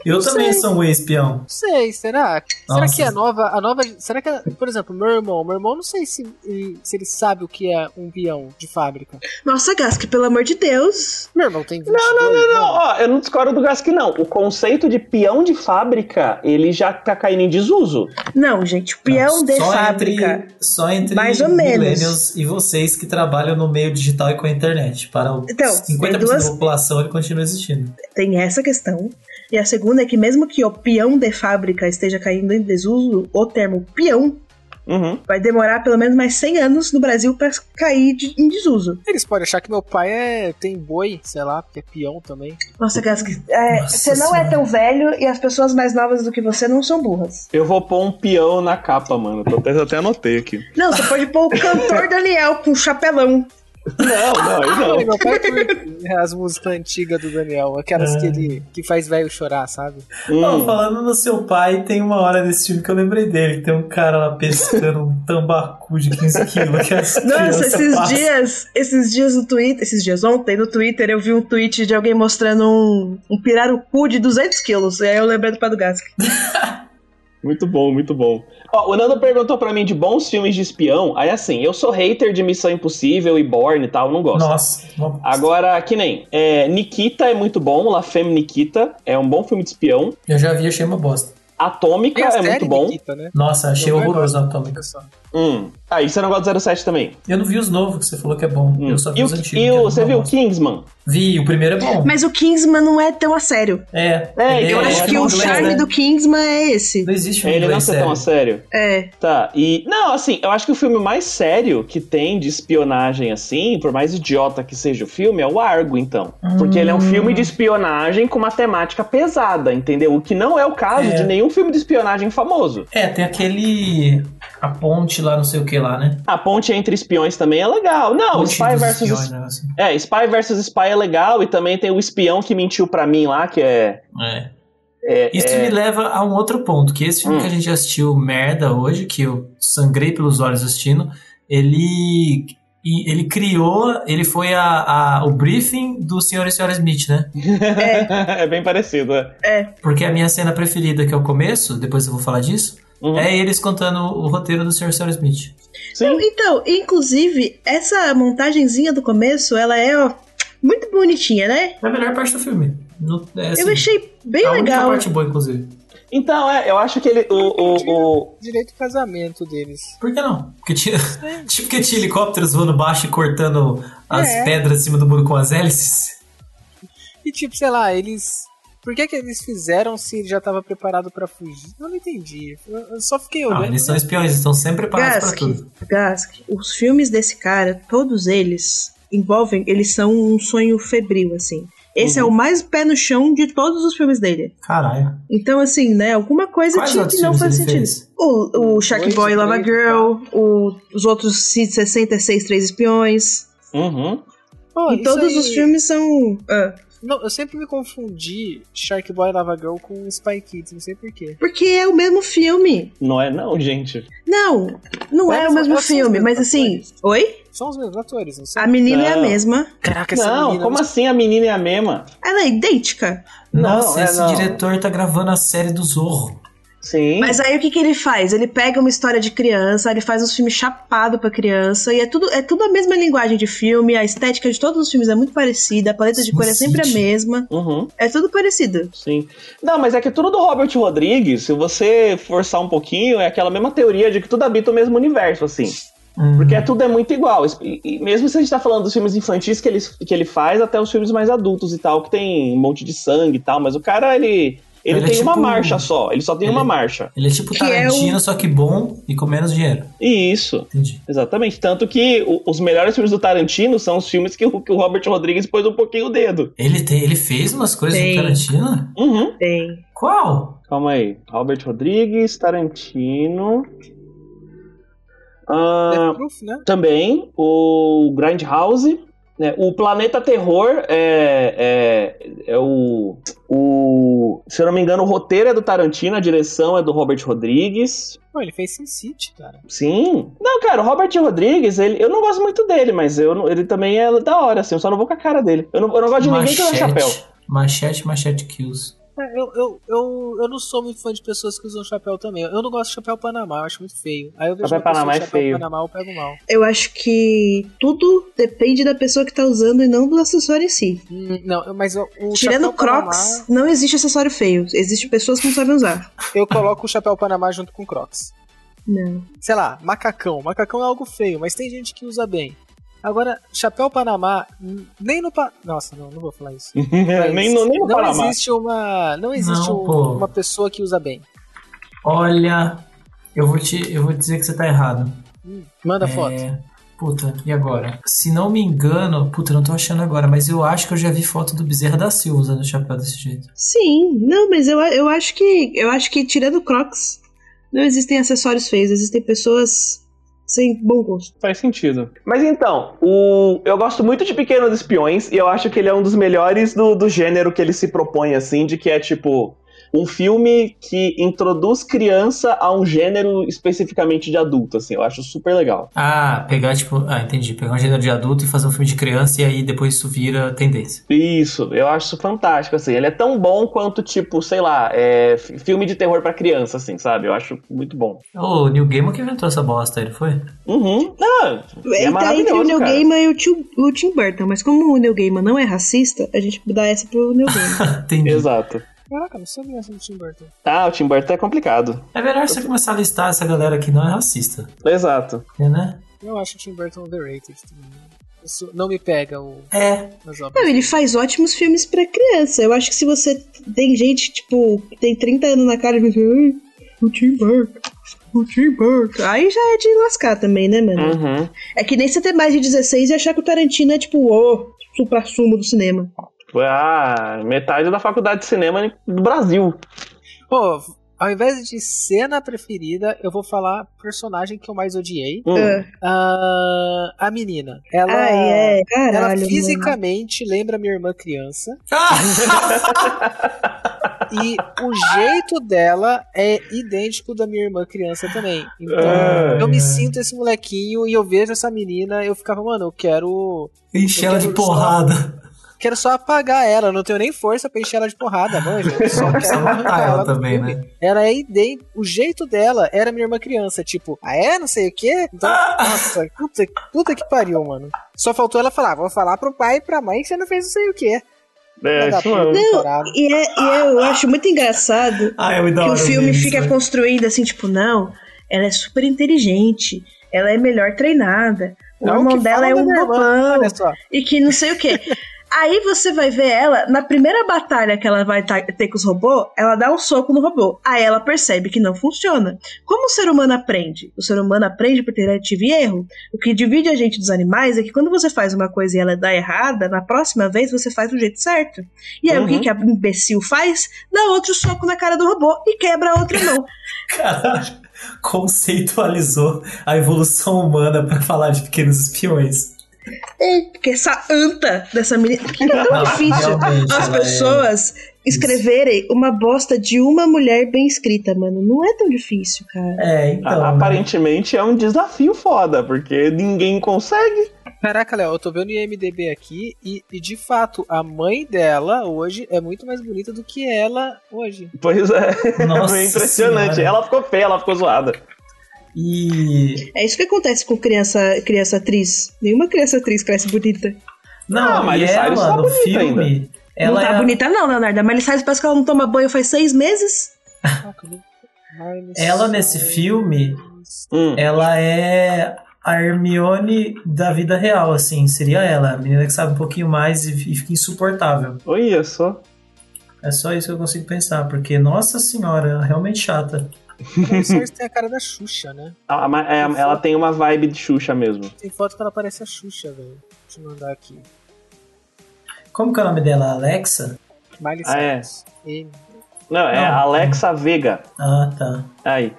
S2: Eu também
S1: sei.
S2: sou um espião.
S1: Não sei, será? Será
S2: Nossa.
S1: que a nova, a nova, será que, a- por exemplo, meu irmão, meu irmão não sei se, se ele sabe o que é um peão de fábrica.
S4: Nossa, Gask, pelo amor de Deus.
S1: Meu irmão tem 22 Não, não,
S3: Não, ó, eu não discordo do Gask, não. O conceito de peão de fábrica, ele já tá caindo em desuso.
S4: Não, gente, o peão
S2: Não,
S4: de
S2: só
S4: fábrica.
S2: Entre, só entre
S4: Mais ou menos.
S2: millennials e vocês que trabalham no meio digital e com a internet. Para o
S4: Então,
S2: 50%
S4: tem duas-
S2: da população, ele continua existindo.
S4: Tem essa questão. E a segunda é que, mesmo que o peão de fábrica esteja caindo em desuso, o termo peão
S3: Uhum.
S4: vai demorar pelo menos mais 100 anos no Brasil pra cair de- em desuso.
S1: Eles podem achar que meu pai é, tem boi, sei lá, porque é peão também.
S4: Nossa, Gask, é,
S2: Nossa
S4: você não é
S2: Senhora.
S4: tão velho e as pessoas mais novas do que você não são burras.
S3: Eu vou pôr um peão na capa, mano. Eu até, até anotei aqui.
S4: Não, você pode pôr o <laughs> cantor Daniel com um chapelão.
S3: Não, não, aí não.
S1: Meu pai curte as músicas antigas do Daniel, aquelas
S2: É.
S1: que ele que faz velho chorar, sabe?
S2: Ó,
S3: Hum,
S2: falando no seu pai, tem uma hora desse filme que eu lembrei dele, que tem um cara lá pescando um tambacu de 15 quilos. Que as
S4: Nossa,
S2: crianças
S4: esses
S2: passam.
S4: dias, esses dias no Twitter, esses dias ontem no Twitter eu vi um tweet de alguém mostrando um, um pirarucu de 200 quilos. E aí eu lembrei do pai do Gask.
S3: muito bom, muito bom. Ó, o Nando perguntou pra mim de bons filmes de espião. Aí assim, eu sou hater de Missão Impossível e Born e tal, não gosto.
S2: Nossa, uma-
S3: Agora, que nem, é, Nikita é muito bom, La Femme Nikita é um bom filme de espião.
S2: eu já vi, achei uma bosta.
S3: Atômica
S1: Tem a
S3: é
S1: série
S3: muito bom.
S1: Nikita, né?
S2: Nossa, achei
S3: é
S1: Eu
S2: horroroso o
S1: gosto.
S2: Atômico.
S1: Pessoal.
S3: Hum. Ah, e você não gosta do 07 também?
S2: Eu não vi os novos que você falou que é bom.
S3: Hum.
S2: Eu só vi
S3: e o,
S2: os antigos.
S3: e
S2: que
S3: o-
S2: é uma
S3: você viu o
S2: bosta.
S3: Kingsman?
S2: Vi, o primeiro é bom.
S4: Mas o Kingsman não é tão a sério.
S2: É,
S3: É,
S2: ele
S4: Eu
S3: É,
S4: acho que
S2: em
S4: o
S2: inglês,
S4: charme
S2: né?
S4: do Kingsman é esse.
S2: Não existe filme
S3: Ele não
S2: inglês
S3: ser tão a
S2: sério.
S3: sério.
S4: É.
S3: Tá, e. Não, assim, eu acho que o filme mais sério que tem de espionagem, assim, por mais idiota que seja o filme, é o Argo, então. Porque ele é um
S2: Hum.
S3: filme de espionagem com uma temática pesada, entendeu? O que não é o caso
S2: É.
S3: de nenhum filme de espionagem famoso.
S2: É, tem aquele... A ponte lá, não sei o que lá, né?
S3: A ponte entre espiões também é legal. Não,
S2: Ponte
S3: Spy
S2: dos
S3: versus.
S2: espiões, né, assim.
S3: É, Spy versus Spy é legal, e também tem o espião que mentiu pra mim lá, que é.
S2: É.
S3: é-
S2: Isso
S3: é-
S2: me leva a um outro ponto, que esse filme
S3: Hum.
S2: que a gente assistiu, Merda, hoje, que eu sangrei pelos olhos assistindo, ele... e Ele criou, ele foi a, a- o briefing do Sr. e Sra. Smith, né?
S3: <laughs> É, bem parecido, é.
S2: Porque a minha cena preferida, que é o começo, depois eu vou falar disso,
S3: Uhum.
S2: é eles contando o roteiro do Sr. e Sra. Smith.
S3: Sim.
S4: Então, inclusive, essa montagenzinha do começo, ela é ó, muito bonitinha, né?
S2: É a melhor parte do filme. Não- é assim,
S4: Eu achei bem
S2: a
S4: legal.
S2: única parte boa, inclusive.
S3: Então, é, eu acho que ele. O, o, o-
S1: Direito ao casamento deles.
S2: Por que não? Porque tinha, <laughs> tipo que tinha helicópteros voando baixo e cortando as
S1: É.
S2: pedras em cima do muro com as hélices. Ah,
S1: E tipo, sei lá, eles. Por que, que eles fizeram se ele já tava preparado pra fugir? Eu não entendi. Eu, eu só fiquei olhando.
S2: Ah, eles são espiões, eles estão sempre preparados pra
S4: Gask,
S2: tudo.
S4: Gask, os filmes desse cara, todos eles envolvem, eles são um sonho febril, assim. Esse
S2: Uhum.
S4: é o mais pé no chão de todos os filmes dele.
S2: Caralho.
S4: Então, assim, né, alguma coisa
S2: Quais
S4: tinha
S2: outros
S4: que não
S2: filmes
S4: faz
S2: ele
S4: sentido.
S2: fez?
S4: O, o Shark
S1: Dois,
S4: Boy e Lava
S1: três,
S4: Girl, o- os outros 66, Três Espiões.
S3: Uhum.
S1: Pô,
S4: e
S1: isso
S4: todos
S1: aí-
S4: os filmes são. ah,
S1: Não, eu sempre me confundi Sharkboy e Lava Girl com Spy Kids, não sei porquê.
S4: porque é o mesmo filme.
S3: Não é, não, gente.
S4: Não, não
S1: Mas
S4: é o
S1: são-
S4: mesmo
S1: mas são os
S4: filme, mas
S1: mesmos
S4: assim.
S1: atores.
S4: Oi?
S1: São os mesmos atores, não sei.
S4: A menina é a
S3: Não.
S4: mesma.
S1: Caraca, essa
S3: Não,
S1: menina.
S3: como assim a menina é a mesma?
S4: Ela é idêntica.
S3: Não,
S2: Nossa,
S3: é
S2: esse
S3: não.
S2: diretor tá gravando a série do Zorro.
S3: Sim.
S4: Mas aí o que, que ele faz? Ele pega uma história de criança, ele faz uns filmes chapado pra criança, e é tudo, é tudo a mesma linguagem de filme, a estética de todos os filmes é muito parecida, a paleta de cor é sempre a
S2: Sim.
S4: mesma,
S3: Uhum,
S4: é tudo parecido.
S3: sim. Não, mas é que tudo do Robert Rodrigues, se você forçar um pouquinho, é aquela mesma teoria de que tudo habita o mesmo universo, assim.
S2: Hum.
S3: Porque é- tudo é muito igual. E- e mesmo se a gente tá falando dos filmes infantis que ele, que ele faz, até os filmes mais adultos e tal, que tem um monte de sangue e tal, mas o cara, ele. Ele,
S2: Ele é
S3: tem uma
S2: tipo-
S3: marcha só, ele só tem
S2: Ele-
S3: uma marcha.
S2: Ele é tipo
S4: Que é
S2: Tarantino, só que bom e com menos dinheiro.
S3: E isso,
S2: Entendi.
S3: exatamente. Tanto que o- os melhores filmes do Tarantino são os filmes que o, que o Robert Rodrigues pôs um pouquinho o dedo.
S2: Ele, tem, ele fez umas coisas
S4: Tem.
S2: do Tarantino?
S3: Uhum.
S4: Tem.
S2: Qual?
S3: Calma aí. Robert Rodrigues, Tarantino. Ah,
S1: Deathproof, né?
S3: também o Grindhouse. Né? O Planeta Terror é, é, é o, o. Se eu não me engano, o roteiro é do Tarantino, a direção é do Robert Rodrigues.
S1: Pô, ele fez Sin City, cara.
S3: Sim. Não, cara, o Robert Rodrigues, ele, eu não gosto muito dele, mas eu, não- ele também é da hora, assim. Eu só não vou com a cara dele. Eu não, eu não gosto de ninguém que usa chapéu.
S2: Machete, machete kills.
S1: É, Eu, eu, eu, eu não sou muito fã de pessoas que usam chapéu também. Eu não gosto de chapéu Panamá, eu acho muito feio. Aí eu vejo uma
S3: Chapéu
S1: pessoa de
S3: Panamá é
S1: chapéu
S3: feio.
S1: Panamá, eu pego mal.
S4: Eu acho que tudo depende da pessoa que tá usando e não do acessório em si.
S1: Hum, Não, mas o o
S4: Tirando
S1: chapéu
S4: Crocs,
S1: Panamá,
S4: não existe acessório feio, existe pessoas que não sabem usar.
S1: eu coloco o chapéu Panamá junto com Crocs.
S4: Não.
S1: sei lá, macacão. Macacão é algo feio, mas tem gente que usa bem. Agora, chapéu Panamá, n- nem no pa... Nossa, não, não vou falar isso. Mas
S3: <laughs> É, nem no, nem no
S1: não
S3: Panamá.
S1: existe uma, não existe
S2: Não,
S1: um-
S2: pô.
S1: uma pessoa que usa bem.
S2: Olha, eu vou, te, eu vou dizer que você tá errado.
S1: Hum, manda foto.
S2: É, Puta, e agora? Se não me engano, puta, eu não tô achando agora, mas eu acho que eu já vi foto do Bezerra da Silva usando chapéu desse jeito.
S4: Sim, não, mas eu, eu acho que eu acho que tirando Crocs, não existem acessórios feios, existem pessoas sem bom gosto.
S3: Faz sentido. Mas então, o... eu gosto muito de Pequenos Espiões e eu acho que ele é um dos melhores do, do gênero que ele se propõe, assim, de que é tipo um filme que introduz criança a um gênero especificamente de adulto, assim, eu acho super legal.
S2: Ah, pegar tipo. Ah, entendi. Pegar um gênero de adulto e fazer um filme de criança e aí depois isso vira tendência.
S3: Isso, eu acho isso fantástico, assim. Ele é tão bom quanto, tipo, sei lá, é, f- filme de terror pra criança, assim, sabe? Eu acho muito bom.
S2: Ô, O Neil Gaiman que inventou essa bosta, ele foi?
S3: Uhum. Ah, é
S4: Entra tá entre o
S3: maravilhoso,
S4: Neil
S3: cara.
S4: Gaiman e o, tio- o Tim Burton, mas como o Neil Gaiman não é racista, a gente dá essa pro
S3: <laughs>
S4: Neil
S2: <laughs>
S4: Gaiman.
S2: Entendi.
S3: Exato.
S1: Caraca, não soube essa do Tim Burton.
S3: Ah, o Tim Burton é complicado.
S2: É melhor você começar a listar essa galera que não é racista,
S3: Exato.
S2: né?
S1: Eu acho o Tim Burton overrated. também. Isso não me pega o,
S2: É,
S1: as
S4: não,
S1: obras.
S4: ele faz ótimos filmes pra criança. Eu acho que se você tem gente, tipo, que tem 30 anos na cara e pensa, "Ai, o Tim Burton, o Tim Burton. Aí já é de lascar também, né, mano?
S3: Uhum.
S4: É que nem você ter mais de 16 e achar que o Tarantino é tipo o supra-sumo do cinema.
S3: Foi a metade da faculdade de cinema do Brasil.
S1: Pô, ao invés de cena preferida, eu vou falar personagem que eu mais odiei.
S3: Hum.
S2: É.
S4: Ah,
S1: Ah, a menina. Ela
S4: ai, é,
S1: Ela
S4: caralho. mano.
S1: fisicamente lembra minha irmã criança.
S2: Ah!
S1: e o jeito dela é idêntico da minha irmã criança também. Então,
S3: Ai,
S1: eu me
S2: ai.
S1: sinto esse molequinho e eu vejo essa menina, eu ficava, mano, eu quero.
S2: enche
S1: Eu
S2: ela de
S1: quero
S2: porrada.
S1: Quero só apagar ela, eu não tenho nem força pra encher ela de porrada, manja. Eu
S2: Só
S1: Só
S2: precisa
S1: quero
S2: matar
S1: arrancar
S2: ela
S1: do
S2: também,
S1: filme.
S2: né?
S1: Ela é idêntica. O jeito dela era minha irmã criança, tipo, ah é? Não sei o quê? Então, nossa, puta, puta que pariu, mano. Só faltou ela falar, vou falar pro pai e pra mãe que você não fez não sei o quê.
S3: É,
S1: Filha da
S3: isso
S1: puta,
S3: mesmo.
S1: tarado.
S4: E, é, e é- eu acho muito engraçado
S2: Ah, é muito da
S4: que
S2: hora.
S4: o filme
S2: mesmo,
S4: fica
S1: né?
S2: sabe?
S4: construindo assim, tipo, não, ela é super inteligente, ela é melhor treinada, o
S1: Não,
S4: irmão
S1: que
S4: dela
S1: fala
S4: é
S1: da né?
S4: um
S1: minha irmã,
S4: bobão
S1: Olha só.
S4: e que não sei o quê. Aí você vai ver ela, na primeira batalha que ela vai ta- ter com os robôs, ela dá um soco no robô. Aí ela percebe que não funciona. Como o ser humano aprende? O ser humano aprende por tentativa e erro. O que divide a gente dos animais é que quando você faz uma coisa e ela dá errada, na próxima vez você faz do jeito certo. E aí o que,
S3: Uhum.
S4: que a imbecil faz? Dá outro soco na cara do robô e quebra a outra mão.
S2: Caralho, conceitualizou a evolução humana pra falar de pequenos espiões. <laughs>
S4: Porque essa anta dessa menina. Por que que é tão difícil?
S2: Realmente,
S4: As
S2: ela é-
S4: pessoas escreverem uma bosta de uma mulher bem escrita, mano. Não é tão difícil, cara.
S2: É, então.
S3: A-
S2: né?
S3: Aparentemente é um desafio foda, porque ninguém consegue.
S1: Caraca, Léo, eu tô vendo o IMDB aqui e, e, de fato a mãe dela hoje é muito mais bonita do que ela hoje.
S3: Pois é. <laughs>
S2: Nossa
S3: é impressionante.
S2: Senhora.
S3: Ela ficou feia, ela ficou zoada.
S2: E.
S4: É isso que acontece com criança, criança atriz. Nenhuma criança atriz cresce bonita.
S3: Ah,
S2: Não, e
S3: Miley Cyrus
S2: ela
S3: tá
S2: no
S3: bonita
S2: filme. Ela
S4: não tá
S2: é a-
S4: bonita, não, Leonardo. A Miley Cyrus parece que ela não toma banho faz seis meses.
S1: Caraca, né? Miley
S2: Ela nesse
S1: Cyrus.
S2: filme,
S3: Hum.
S2: ela é a Hermione da vida real, assim. Seria ela, a menina que sabe um pouquinho mais e, e fica insuportável.
S3: Olha só.
S2: É só isso que eu consigo pensar, porque, nossa senhora, ela é realmente chata.
S1: Miley Cyrus tem a cara da Xuxa, né?
S3: Ah, mas é, ela tem uma vibe de Xuxa mesmo.
S1: Tem foto que ela parece a Xuxa, velho. Deixa eu mandar aqui.
S2: Como que é o nome dela? Alexa?
S1: Miley
S3: Ah, é.
S1: Cyrus. E-
S3: Não, é
S2: Não.
S3: Alexa Vega.
S2: Ah, tá.
S3: Aí.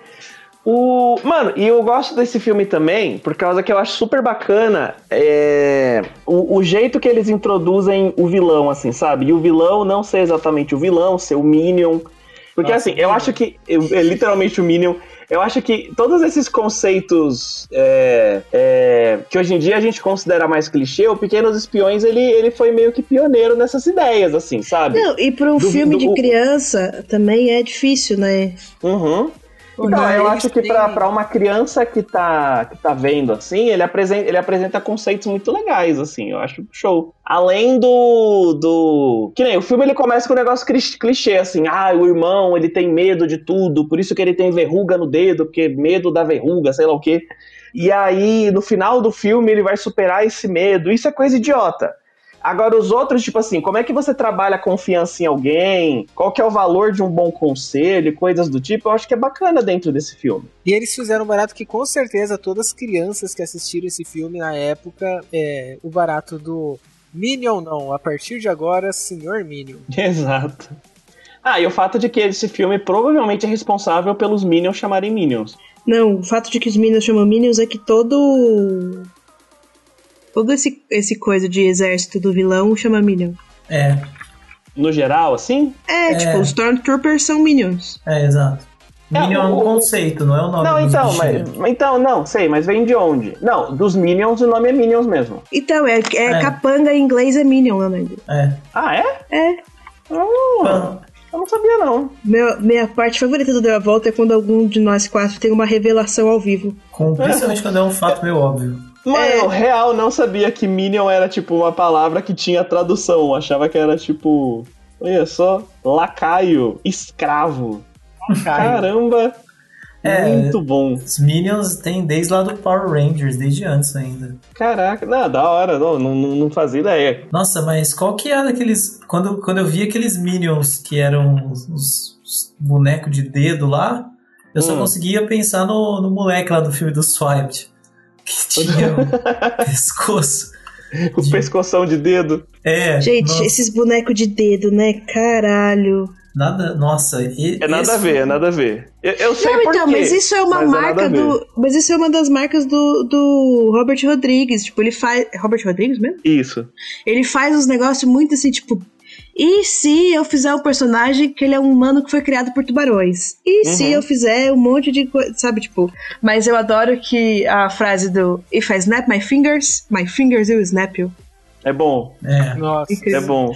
S3: O... Mano, e eu gosto desse filme também, por causa que eu acho super bacana é, o, o jeito que eles introduzem o vilão, assim, sabe? E o vilão não ser exatamente o vilão, ser o Minion. Porque,
S2: Nossa,
S3: assim, eu acho que. eu- é literalmente o Minion. Eu acho que todos esses conceitos é, é, que hoje em dia a gente considera mais clichê, o Pequenos Espiões ele, ele foi meio que pioneiro nessas ideias, assim, sabe?
S4: Não, e pra um
S3: Do-
S4: filme
S3: do-
S4: de criança também é difícil, né?
S3: Uhum.
S1: Pô,
S3: Então,
S1: mas
S3: eu
S1: eles
S3: acho que
S1: têm-
S3: pra pra uma criança que tá, que tá vendo, assim, ele apresenta, ele apresenta conceitos muito legais, assim, eu acho show. Além do, do... Que nem, o filme ele começa com um negócio cri- clichê, assim, ah, o irmão, ele tem medo de tudo, por isso que ele tem verruga no dedo, porque medo da verruga, sei lá o quê. E aí, no final do filme, ele vai superar esse medo, isso é coisa idiota. Agora, os outros, tipo assim, como é que você trabalha confiança em alguém? Qual que é o valor de um bom conselho? e Coisas do tipo, eu acho que é bacana dentro desse filme.
S1: E eles fizeram um barato que com certeza todas as crianças que assistiram esse filme na época, é o barato do Minion não, a partir de agora, Senhor Minion.
S3: Exato. Ah, e o fato de que esse filme provavelmente é responsável pelos Minions chamarem Minions.
S4: Não, o fato de que os Minions chamam Minions é que todo. Todo esse, esse coisa de exército do vilão chama Minion.
S2: É,
S3: No geral, assim?
S4: É, tipo, os Stormtroopers são Minions.
S2: é, exato.
S3: É,
S2: Minion é
S3: o-
S2: um
S3: o-
S2: conceito, não é o nome
S3: Não,
S2: dos
S3: então,
S2: bichinhos.
S3: mas, então, não, sei, mas vem de onde? Não, dos Minions o nome é Minions mesmo.
S4: Então, é, é,
S2: É.
S4: capanga em inglês é Minion, Leonardo.
S2: É.
S3: Ah, é?
S4: É.
S3: Hum,
S2: Pan-
S3: eu não sabia, não.
S4: Meu- minha parte favorita do Deu a Volta é quando algum de nós quatro tem uma revelação ao vivo.
S2: Com, principalmente quando é um fato meio óbvio.
S3: Mano,
S4: É.
S3: eu real não sabia que Minion era tipo uma palavra que tinha tradução. Eu achava que era tipo. Olha só, lacaio, escravo. Caramba!
S2: É.
S3: Muito bom.
S2: Os Minions tem desde lá do Power Rangers, desde antes ainda.
S3: Caraca, não, da hora, não, não, não não fazia ideia.
S2: Nossa, mas qual que era aqueles. Quando, quando eu vi aqueles Minions que eram os, os- os bonecos de dedo lá, eu só
S3: Hum.
S2: conseguia pensar no, no moleque lá do filme do Swiped. <laughs> Que tinha um
S3: <laughs>
S2: pescoço.
S3: O pescoção de dedo.
S2: É.
S4: Gente,
S2: nossa,
S4: esses bonecos de dedo, né? Caralho.
S2: nada. Nossa, e-
S3: É nada
S2: esse-
S3: a ver, é nada a ver. Eu, eu sei
S4: Não,
S3: por
S4: então,
S3: quê,
S4: mas isso é uma
S3: mas nada
S4: marca
S3: a ver.
S4: do. Mas isso é uma das marcas do, do Robert Rodrigues. Tipo, ele faz. é Robert Rodrigues mesmo?
S3: Isso.
S4: Ele faz uns negócios muito assim, tipo. E se eu fizer um personagem que ele é um humano que foi criado por tubarões? E se
S3: Uhum.
S4: eu fizer um monte de coisa, sabe, tipo... Mas eu adoro que a frase do If I snap my fingers, my fingers will snap you.
S3: É bom,
S2: É.
S1: Nossa.
S3: é bom.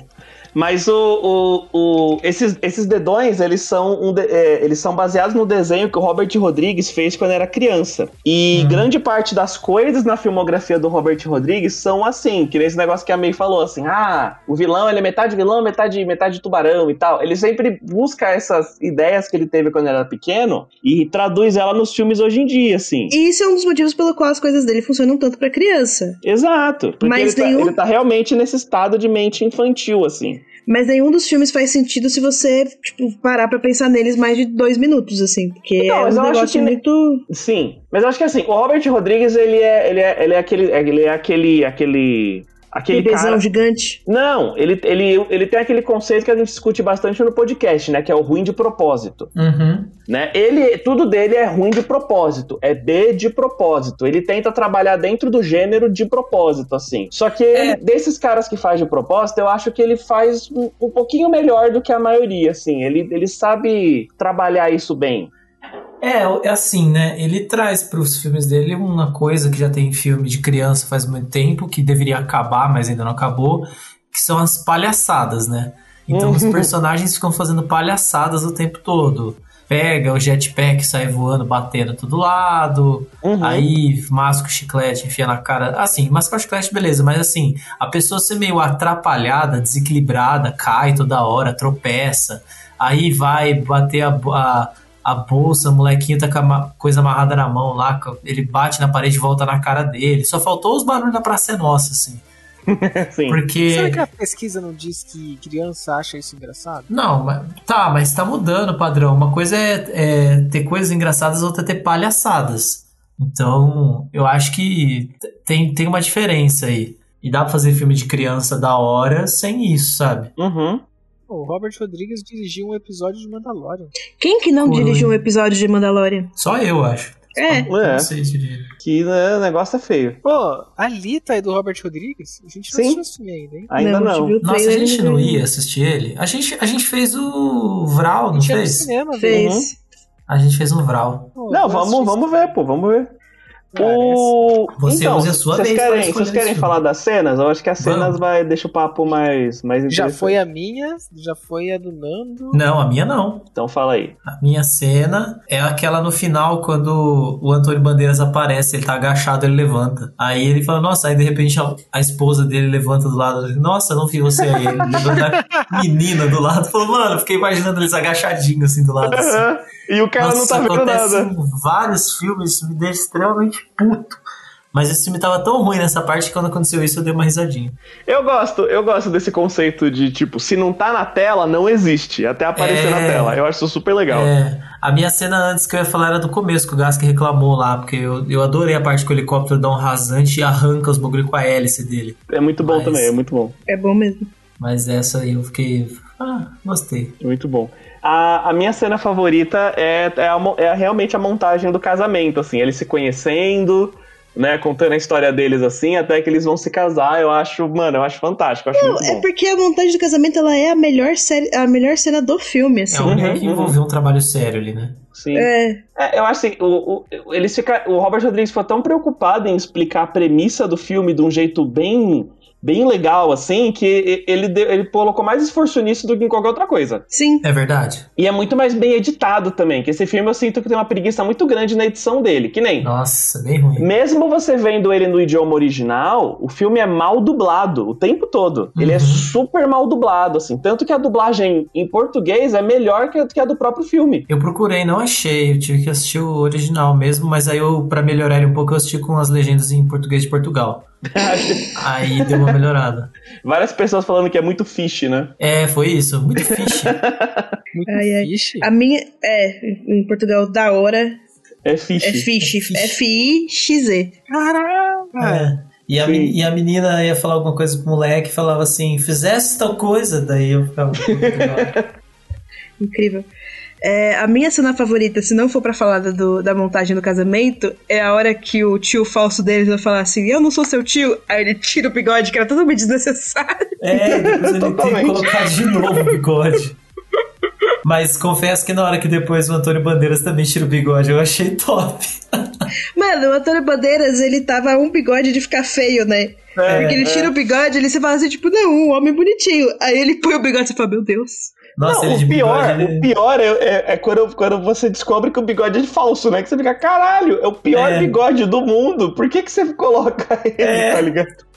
S3: Mas o, o, o- esses, esses dedões, eles são, um de- é, eles são baseados no desenho que o Robert Rodrigues fez quando era criança. E
S4: Uhum.
S2: Hum.
S3: grande parte das coisas na filmografia do Robert Rodrigues são assim, que nem esse negócio que a May falou, assim, ah, o vilão, ele é metade vilão, metade, metade tubarão e tal. Ele sempre busca essas ideias que ele teve quando era pequeno e traduz ela nos filmes hoje em dia, assim.
S4: E isso é um dos motivos pelo qual as coisas dele funcionam tanto pra criança.
S3: Exato. Porque
S4: Mas um
S3: ele,
S4: nenhum-
S3: tá, ele tá realmente nesse estado de mente infantil, assim.
S4: Mas nenhum dos filmes faz sentido se você, tipo, parar pra pensar neles mais de dois minutos, assim. Porque
S3: Então,
S4: é
S3: mas eu
S4: um
S3: acho
S4: negócio
S3: que ne-
S4: muito...
S3: Sim, mas eu acho que assim, o Robert Rodrigues, ele é, ele é, ele é aquele, ele é aquele, aquele Aquele
S4: Bebezão
S3: cara...
S4: gigante.
S3: Não, ele, ele, ele tem aquele conceito que a gente discute bastante no podcast, né? Que é o ruim de propósito.
S2: Uhum.
S3: né? Ele, tudo dele é ruim de propósito, é B de propósito. Ele tenta trabalhar dentro do gênero de propósito, assim. Só que ele, desses caras que faz de propósito, eu acho que ele faz um, um pouquinho melhor do que a maioria, assim. Ele, ele sabe trabalhar isso bem.
S2: É, é assim, né? Ele traz para os filmes dele uma coisa que já tem em filme de criança faz muito tempo, que deveria acabar, mas ainda não acabou, que são as palhaçadas, né? Então os personagens ficam fazendo palhaçadas o tempo todo. Pega o jetpack, sai voando, batendo todo lado.
S3: né?
S1: Né?
S2: Aí masca o chiclete, enfia na cara. Assim, mascar o chiclete, beleza, mas assim, a pessoa ser meio atrapalhada, desequilibrada, cai toda hora, tropeça. Aí vai bater a, bo- a, a bolsa, o molequinho tá com a ma- coisa amarrada na mão lá, co- ele bate na parede e volta na cara dele. Só faltou os barulhos da Praça é Nossa, assim.
S3: Assim.
S2: Porque.
S1: Será que a pesquisa não diz que criança acha isso engraçado?
S2: Não, mas, tá, mas tá mudando o padrão. Uma coisa é, é ter coisas engraçadas, outra é ter palhaçadas. Então, eu acho que t- tem, tem uma diferença aí. E dá pra fazer filme de criança da hora sem isso, sabe?
S3: Uhum.
S1: O Robert Rodrigues dirigiu um episódio de Mandalorian.
S4: Quem que não
S2: Coruja.
S4: dirigiu um episódio de Mandalorian?
S2: Só eu acho.
S4: É.
S3: É,
S2: Não sei direito.
S3: que né, o negócio é feio.
S1: Pô, a Lita é do Robert Rodrigues? A gente não
S3: Sim.
S1: assistiu esse filme ainda, hein?
S3: Ainda
S4: a gente
S3: não.
S4: viu o
S2: Nossa, a
S4: trailer,
S2: gente
S4: né?
S2: não ia assistir ele? A gente, a gente fez o Vral,
S1: A
S2: não
S1: gente ia no
S2: fez?
S1: cinema, velho.
S4: Fez.
S3: Uhum.
S2: A gente fez um Vral.
S1: Pô,
S3: Não,
S1: eu assisti
S3: vamos, vamos
S1: isso.
S3: ver, pô, vamos ver.
S1: Cara, essa-
S3: O...
S2: Você
S3: então,
S2: usa a sua
S3: vocês
S2: vez pra
S3: querem,
S2: escolher
S3: vocês
S2: esse
S3: querem
S2: filme.
S3: falar das cenas? Eu acho que as
S2: Vamos.
S3: cenas vai deixa o papo mais, mais
S1: Já
S3: interessante.
S1: foi a minha, já foi a do Nando.
S2: Não, a minha não.
S3: Então fala aí.
S2: A minha cena é aquela no final, quando o Antônio Bandeiras aparece, ele tá agachado, ele levanta. Aí ele fala, nossa, aí de repente a, a esposa dele levanta do lado, ele, nossa, não vi você aí. Ele levanta a menina do lado, falou, mano, eu fiquei imaginando eles agachadinhos assim do lado. Assim.
S3: E <laughs> o cara não
S2: Nossa,
S3: tá vendo
S2: acontece
S3: nada.
S2: em vários filmes, isso me deixa extremamente puto. Mas esse filme tava tão ruim nessa parte que quando aconteceu isso eu dei uma risadinha.
S3: Eu gosto, eu gosto desse conceito de tipo, se não tá na tela, não existe, até aparecer
S2: É.
S3: na tela. Eu acho isso super legal.
S2: É, a minha cena antes que eu ia falar era do começo, que o Gask reclamou lá, porque eu, eu adorei a parte que o helicóptero dá um rasante e arranca os bagulho com a hélice dele.
S3: É, muito bom
S2: Mas-
S3: também, é muito bom,
S4: É bom mesmo.
S2: Mas essa aí eu fiquei. Ah, gostei.
S3: é muito bom. A, a minha cena favorita é, é, a mo- é realmente a montagem do casamento, assim, eles se conhecendo, né, contando a história deles assim, até que eles vão se casar. Eu acho, mano, eu acho fantástico, eu acho muito
S4: É
S3: bom.
S4: porque a montagem do casamento ela é a melhor, série, a melhor cena do
S2: É
S4: filme,
S2: a
S4: assim.
S2: única
S3: Uhum,
S2: que
S3: uhum.
S2: envolveu um trabalho sério ali, né?
S3: Sim.
S4: É,
S3: É, eu acho assim, o, o, eles fica, o Robert Rodrigues foi tão preocupado em explicar a premissa do filme de um jeito bem, bem legal, assim, que e- ele, deu- ele colocou mais esforço nisso do que em qualquer outra coisa.
S4: sim.
S2: É verdade?
S3: E é muito mais bem editado também, que esse filme eu sinto que tem uma preguiça muito grande na edição dele, que nem.
S2: Nossa, bem ruim.
S3: Mesmo você vendo ele no idioma original, o filme é mal dublado o tempo todo. Ele é
S2: Uhum.
S3: super mal dublado, assim. Tanto que a dublagem em português é melhor que a- que a do próprio
S2: <laughs>
S3: filme.
S2: Eu procurei, não achei. Eu tive que assistir o original mesmo, mas aí eu, pra melhorar ele um pouco, eu assisti com as legendas em português de Portugal. aí deu uma melhorada.
S3: Várias pessoas falando que é muito fish, né?
S2: É, foi isso. Muito fixe.
S1: Muito
S4: Ai, ai.
S1: fixe.
S4: A minha. É, em Portugal, da hora.
S3: É fish.
S4: É fish.
S2: É fish.
S4: F-I-X-E.
S1: Caraca!
S2: É. E a,
S3: Sim.
S2: meni- e a menina ia falar alguma coisa pro moleque e falava assim, fizesse tal coisa, daí eu ficava.
S3: <laughs>
S4: Incrível. É, a minha cena favorita, se não for pra falar da do- da montagem do casamento, é a hora que o tio falso deles vai falar assim: Eu não sou seu tio. Aí ele tira o bigode, que era totalmente desnecessário. <laughs>
S2: é, depois ele tem que
S3: Totalmente.
S2: colocar de novo o bigode. Mas confesso que na hora que depois o Antônio Bandeiras também tira o bigode, eu achei top.
S4: Mano, o Antônio Bandeiras, ele tava um bigode de ficar feio, né? Porque
S3: É.
S2: É.
S4: ele tira o bigode, ele se fala assim, tipo, não, um homem bonitinho. Aí ele põe o bigode e fala, meu Deus.
S2: Nossa,
S3: Não,
S2: ele de
S3: o pior,
S2: bigode.
S3: o
S2: ele-
S3: pior é, é- é quando, quando você descobre que o bigode é falso, né? Que você fica, caralho, é o pior
S2: É.
S3: bigode do mundo. Por que, que você coloca <laughs> ele,
S2: É.
S3: tá ligado?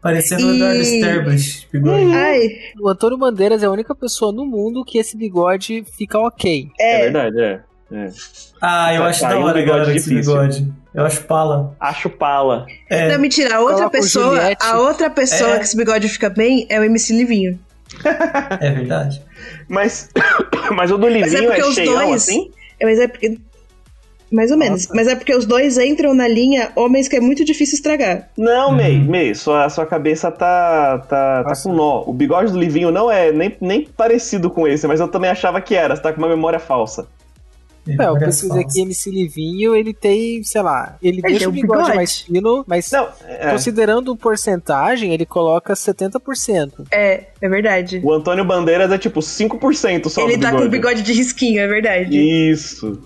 S2: Parecendo
S4: E-
S2: o Eduardo Sterblich. bigode.
S4: Ai,
S1: O Antônio Bandeiras é a única pessoa no mundo que esse bigode fica ok.
S3: É,
S4: é.
S3: verdade, é. é.
S2: Ah, eu
S3: Tá,
S2: acho
S3: tá,
S2: da
S3: e um
S2: hora,
S3: bigode
S2: galera, esse
S3: difícil.
S2: bigode. Eu acho pala.
S3: Acho pala.
S2: É.
S4: Não, mentira, a outra
S1: Coloca o
S4: pessoa,
S1: Juliette.
S4: a outra pessoa
S2: É.
S4: que esse bigode fica bem é o MC Livinho.
S2: É verdade.
S3: Mas, <coughs> mas o do
S4: Mas é
S3: Livinho é,
S4: porque os
S3: cheião,
S4: dois-
S3: assim?
S4: É, Mas é porque. Mais ou menos. Mas é porque os dois entram na linha homens que é muito difícil estragar.
S3: Não,
S2: Uhum.
S3: May, May, sua, sua cabeça tá, tá, tá
S1: Nossa.
S3: com nó. O bigode do Livinho não é nem, nem parecido com esse, mas eu também achava que era. Você tá com uma memória falsa.
S1: É, eu
S2: Memória
S1: pesquisei
S2: falsa.
S1: aqui MC Livinho, ele tem, sei lá, ele deixa
S4: tem
S1: o
S4: um
S1: bigode,
S4: bigode.
S1: mais fino, mas
S3: Não, é.
S1: considerando porcentagem, ele coloca 70%.
S4: É, é verdade.
S3: O Antônio Bandeiras é tipo 5% só
S4: Ele
S3: do
S4: tá com o bigode de risquinho, é verdade.
S3: Isso.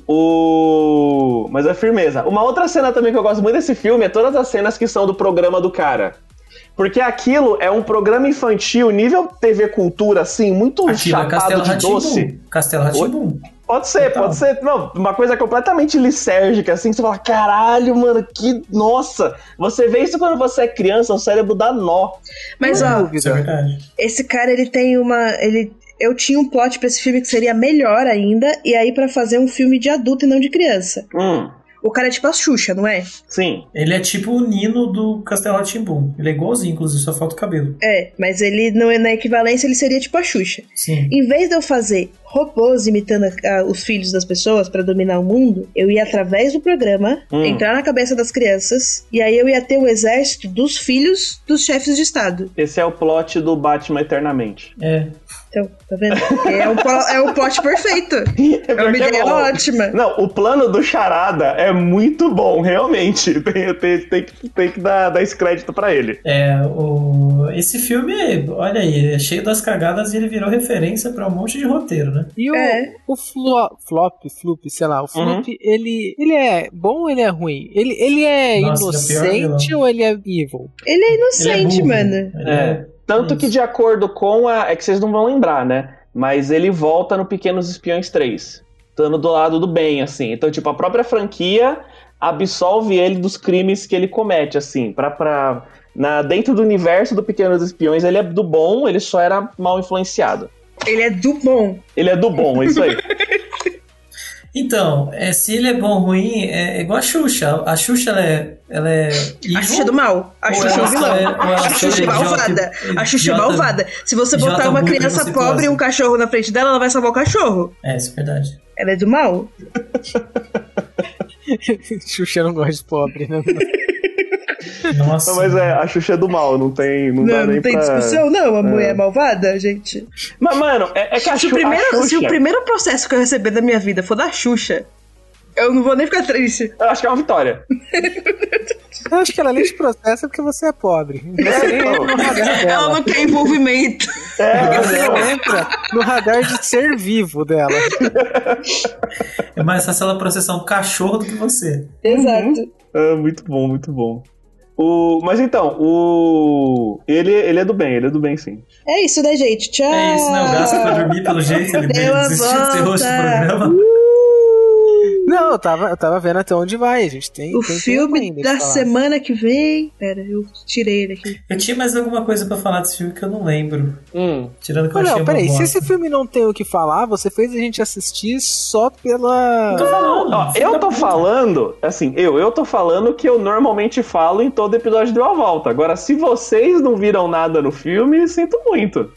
S3: O... Mas é firmeza. Uma outra cena também que eu gosto muito desse filme é todas as cenas que são do programa do cara. Porque aquilo é um programa infantil, nível TV Cultura, assim, muito
S2: Aquilo é
S3: chapado
S2: Castelo
S3: de doce.
S2: Ratibum. Castelo Ratibum.
S3: Pode ser,
S2: Total.
S3: pode ser. Não, uma coisa completamente lisérgica, assim, que você fala, caralho, mano, que. Nossa! Você vê isso quando você é criança, o cérebro dá nó.
S4: Mas
S1: Não
S4: ó,
S2: Isso é
S1: dúvida.
S2: verdade.
S4: esse cara ele tem uma. Ele, eu tinha um plot pra esse filme que seria melhor ainda, e aí pra fazer um filme de adulto e não de criança.
S3: Hum,
S4: O cara é tipo a Xuxa, não é?
S3: sim.
S2: Ele é tipo o Nino do Castelo Ratibum. Ele é igualzinho, inclusive, só falta o cabelo.
S4: É, mas ele não é na equivalência, ele seria tipo a Xuxa.
S2: Sim.
S4: Em vez de eu fazer robôs imitando a- a- os filhos das pessoas pra dominar o mundo, eu ia através do programa
S3: Hum.
S4: entrar na cabeça das crianças e aí eu ia ter o exército dos filhos dos chefes de estado.
S3: Esse é o plot do Batman Eternamente.
S2: É.
S4: Então, tá vendo? É um, plo- é um plot perfeito.
S3: <laughs> É
S4: É uma
S3: porque é
S4: ideia
S3: bom.
S4: ótima.
S3: Não, o plano do Charada é muito bom, realmente. <laughs> Tem, tem- tem que, tem que dar, dar esse crédito pra ele.
S2: É, o... Esse filme, olha aí, é cheio das cagadas e ele virou referência pra um monte de roteiro, né?
S1: E o,
S4: É.
S1: o flo- flop, flup, sei
S2: Uhum.
S1: lá, o flup, ele, ele é bom ou ele é ruim? Ele, ele é
S2: Nossa, ele é o pior
S1: inocente
S2: vilão.
S1: ou ele é evil? <laughs>
S4: Ele é
S2: Ele é
S4: inocente,
S2: burro.
S4: mano.
S2: Ele é-
S3: Tanto que, de acordo com a. É que vocês não vão lembrar, né? Mas ele volta no Pequenos Espiões 3. Estando do lado do bem, assim. Então, tipo, a própria franquia absolve ele dos crimes que ele comete, assim. Pra, pra, na, dentro do universo do Pequenos Espiões, ele é do bom, ele só era mal influenciado.
S4: Ele é do bom.
S3: Ele é do bom, é isso aí.
S2: Então, é, se ele é bom ou ruim, é igual a Xuxa. A Xuxa, ela é... Ela é
S4: A
S2: evil,
S4: Xuxa do mal. A
S2: ou
S4: Xuxa é o
S2: ela
S4: vilão.
S2: ou ela
S4: A Xuxa
S2: só
S4: é
S2: idiota-
S4: malvada. A Xuxa é
S2: idiota-
S4: malvada. Se você
S2: idiota
S4: botar uma
S2: burra
S4: criança
S2: preconceituosa.
S4: pobre e um cachorro na frente dela, ela vai salvar o cachorro.
S2: É, isso é verdade.
S4: Ela é do mal?
S1: Xuxa não gosta de pobre, né?
S2: Nossa.
S3: Não, mas é, a Xuxa é do mal, não tem. Não, dá
S4: Não,
S3: nem
S4: não tem
S3: pra...
S4: discussão, não. A mulher é malvada, gente.
S3: Mas, mano, é, é que a,
S4: Se o,
S3: Xu- a
S4: primeiro, se o
S3: Xuxa-
S4: primeiro processo que eu receber da minha vida for da Xuxa, eu não vou nem ficar triste.
S3: Eu acho que é uma vitória.
S1: Eu acho que ela nem te processa porque você é pobre. Você nem entra no radar
S4: <laughs> Ela
S1: dela.
S4: não quer envolvimento.
S1: Você não entra no radar de ser vivo dela.
S2: É mais fácil ela processar um cachorro do que você.
S4: <laughs> Exato.
S3: É, muito bom, muito bom. O, mas então, o. Ele, ele é do bem, ele é do bem sim.
S4: É isso, né, gente? Tchau.
S2: É isso, né? O Gaspar foi dormir pelo jeito, ele
S4: Deu a
S2: desistiu de ser host do
S4: volta.
S2: programa.
S1: Não, eu tava, eu tava vendo até onde vai, a gente. Tem,
S4: O
S1: tem tempo
S4: filme
S1: ainda de
S4: da
S1: falar.
S4: semana que vem. Pera, eu tirei ele aqui.
S2: Eu tinha mais alguma coisa pra falar desse filme que eu não lembro.
S3: Hum.
S2: Tirando que eu
S1: Mas
S2: achei
S1: não,
S2: uma
S1: peraí, se
S2: bosta.
S1: esse filme não tem o que falar, você fez a gente assistir só pela.
S2: Tô falando,
S3: Ó,
S2: filho
S3: eu
S2: da
S3: tô
S2: puta.
S3: falando, assim, eu, eu tô falando o que eu normalmente falo em todo episódio de uma volta. Agora, se vocês não viram nada no filme, sinto muito.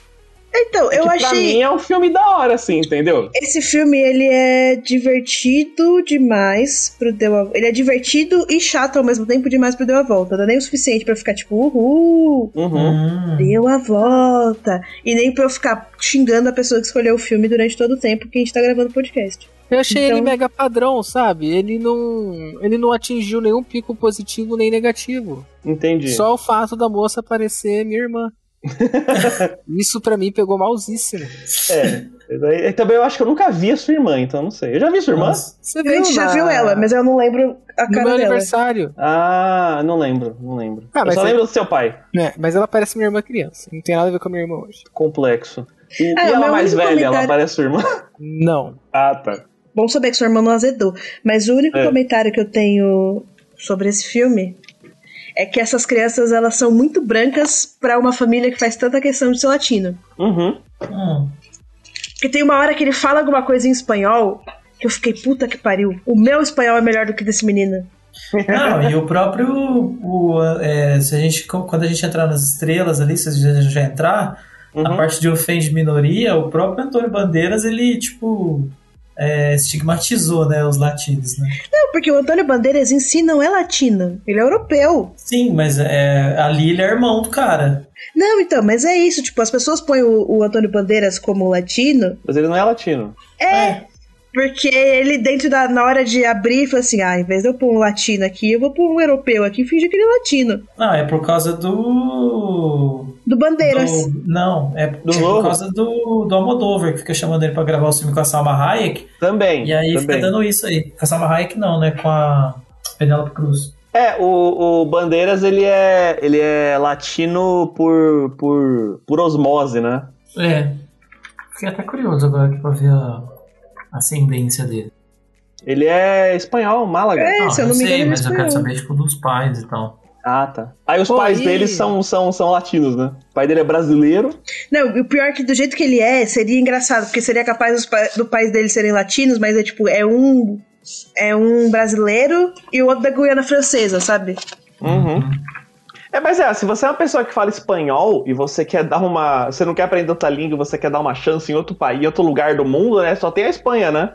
S4: Então, eu
S3: que Pra
S4: achei.
S3: mim é um filme da hora, assim, entendeu?
S4: Esse filme, ele é divertido demais pro Deu a... Ele é divertido e chato ao mesmo tempo demais pro Deu a Volta. Não é nem o suficiente pra eu ficar tipo, uhul,
S3: Uhum.
S2: Hum,
S4: Deu a volta. E nem pra eu ficar xingando a pessoa que escolheu o filme durante todo o tempo que a gente tá gravando o podcast.
S1: Eu achei
S4: Então-
S1: ele mega padrão, sabe? Ele não, ele não atingiu nenhum pico positivo nem negativo.
S3: Entendi.
S1: Só o fato da moça parecer minha
S2: <laughs>
S1: irmã. Isso pra mim pegou malzíssimo.
S3: É. Daí- Também eu acho que eu nunca vi a sua irmã, então não sei. Eu já vi sua irmã?
S2: nossa.
S1: Você
S4: A gente já
S1: na-
S4: viu ela, mas eu não lembro a
S1: no meu
S4: cara dela.
S1: aniversário.
S3: Ah, não lembro, não lembro.
S1: Ah,
S3: eu
S1: mas
S3: só
S1: você-
S3: lembro do seu pai.
S1: É, mas ela parece minha irmã criança. Não tem nada a ver com a minha irmã hoje.
S3: Complexo. E, e
S4: Ah, o
S3: ela
S4: meu
S3: mais
S4: único
S3: velha, ela
S4: comentário-
S3: parece sua irmã.
S1: Não.
S3: <laughs> Ah, tá.
S4: Bom saber que sua irmã não azedou. Mas o único
S3: É.
S4: comentário que eu tenho sobre esse filme é que essas crianças elas são muito brancas pra uma família que faz tanta questão de ser latino.
S3: Uhum.
S2: Hum,
S4: Porque tem uma hora que ele fala alguma coisa em espanhol que eu fiquei puta que pariu. O meu espanhol é melhor do que desse menino.
S2: Não, e o próprio. o, é, se a gente, quando a gente entrar nas estrelas ali, se a gente já entrar,
S3: uhum.
S2: a parte de ofende minoria, o próprio Antônio Bandeiras, ele, tipo. é, estigmatizou, né, os latinos, né?
S4: Não, porque o Antônio Bandeiras em si não é latino, ele é europeu.
S2: Sim, mas é, ali ele é irmão do cara.
S4: Não, então, mas é isso, tipo, as pessoas põem o, o Antônio Bandeiras como latino.
S3: Mas ele não é latino.
S4: É, porque ele, dentro da. Na hora de abrir, falou assim: ah, em vez de eu pôr um latino aqui, eu vou pôr um europeu aqui e fingir que ele é latino.
S2: Não, é por causa do.
S4: Do Bandeiras.
S2: do- não, é, é
S3: Lobo?
S2: por causa do, do Almodóvar, que fica chamando ele pra gravar o filme com a Salma Hayek.
S3: Também.
S2: E aí
S3: também.
S2: fica dando isso aí. Com a Salma Hayek não, né? Com a Penélope Cruz.
S3: É, o, o Bandeiras ele é, ele é latino por, por, por osmose, né?
S2: É. Fiquei até curioso agora aqui pra ver a ascendência dele.
S3: Ele é espanhol, Málaga.
S4: É, se eu não me engano,
S2: sei,
S4: ele é
S2: Ah, mas eu quero
S4: espanhol.
S2: saber, tipo, dos pais e tal.
S3: Ah, tá. Aí os
S1: Pô,
S3: pais
S1: e-
S3: dele são, são, são latinos, né? O pai dele é brasileiro.
S4: Não, e o pior é que do jeito que ele é, seria engraçado, porque seria capaz dos pa- do país dele serem latinos, mas é tipo, é um. É um brasileiro e o outro da Guiana Francesa, sabe?
S3: Uhum. É, mas é, se você é uma pessoa que fala espanhol e você quer dar uma. Você não quer aprender outra língua, você quer dar uma chance em outro país, outro lugar do mundo, né? Só tem a Espanha, né?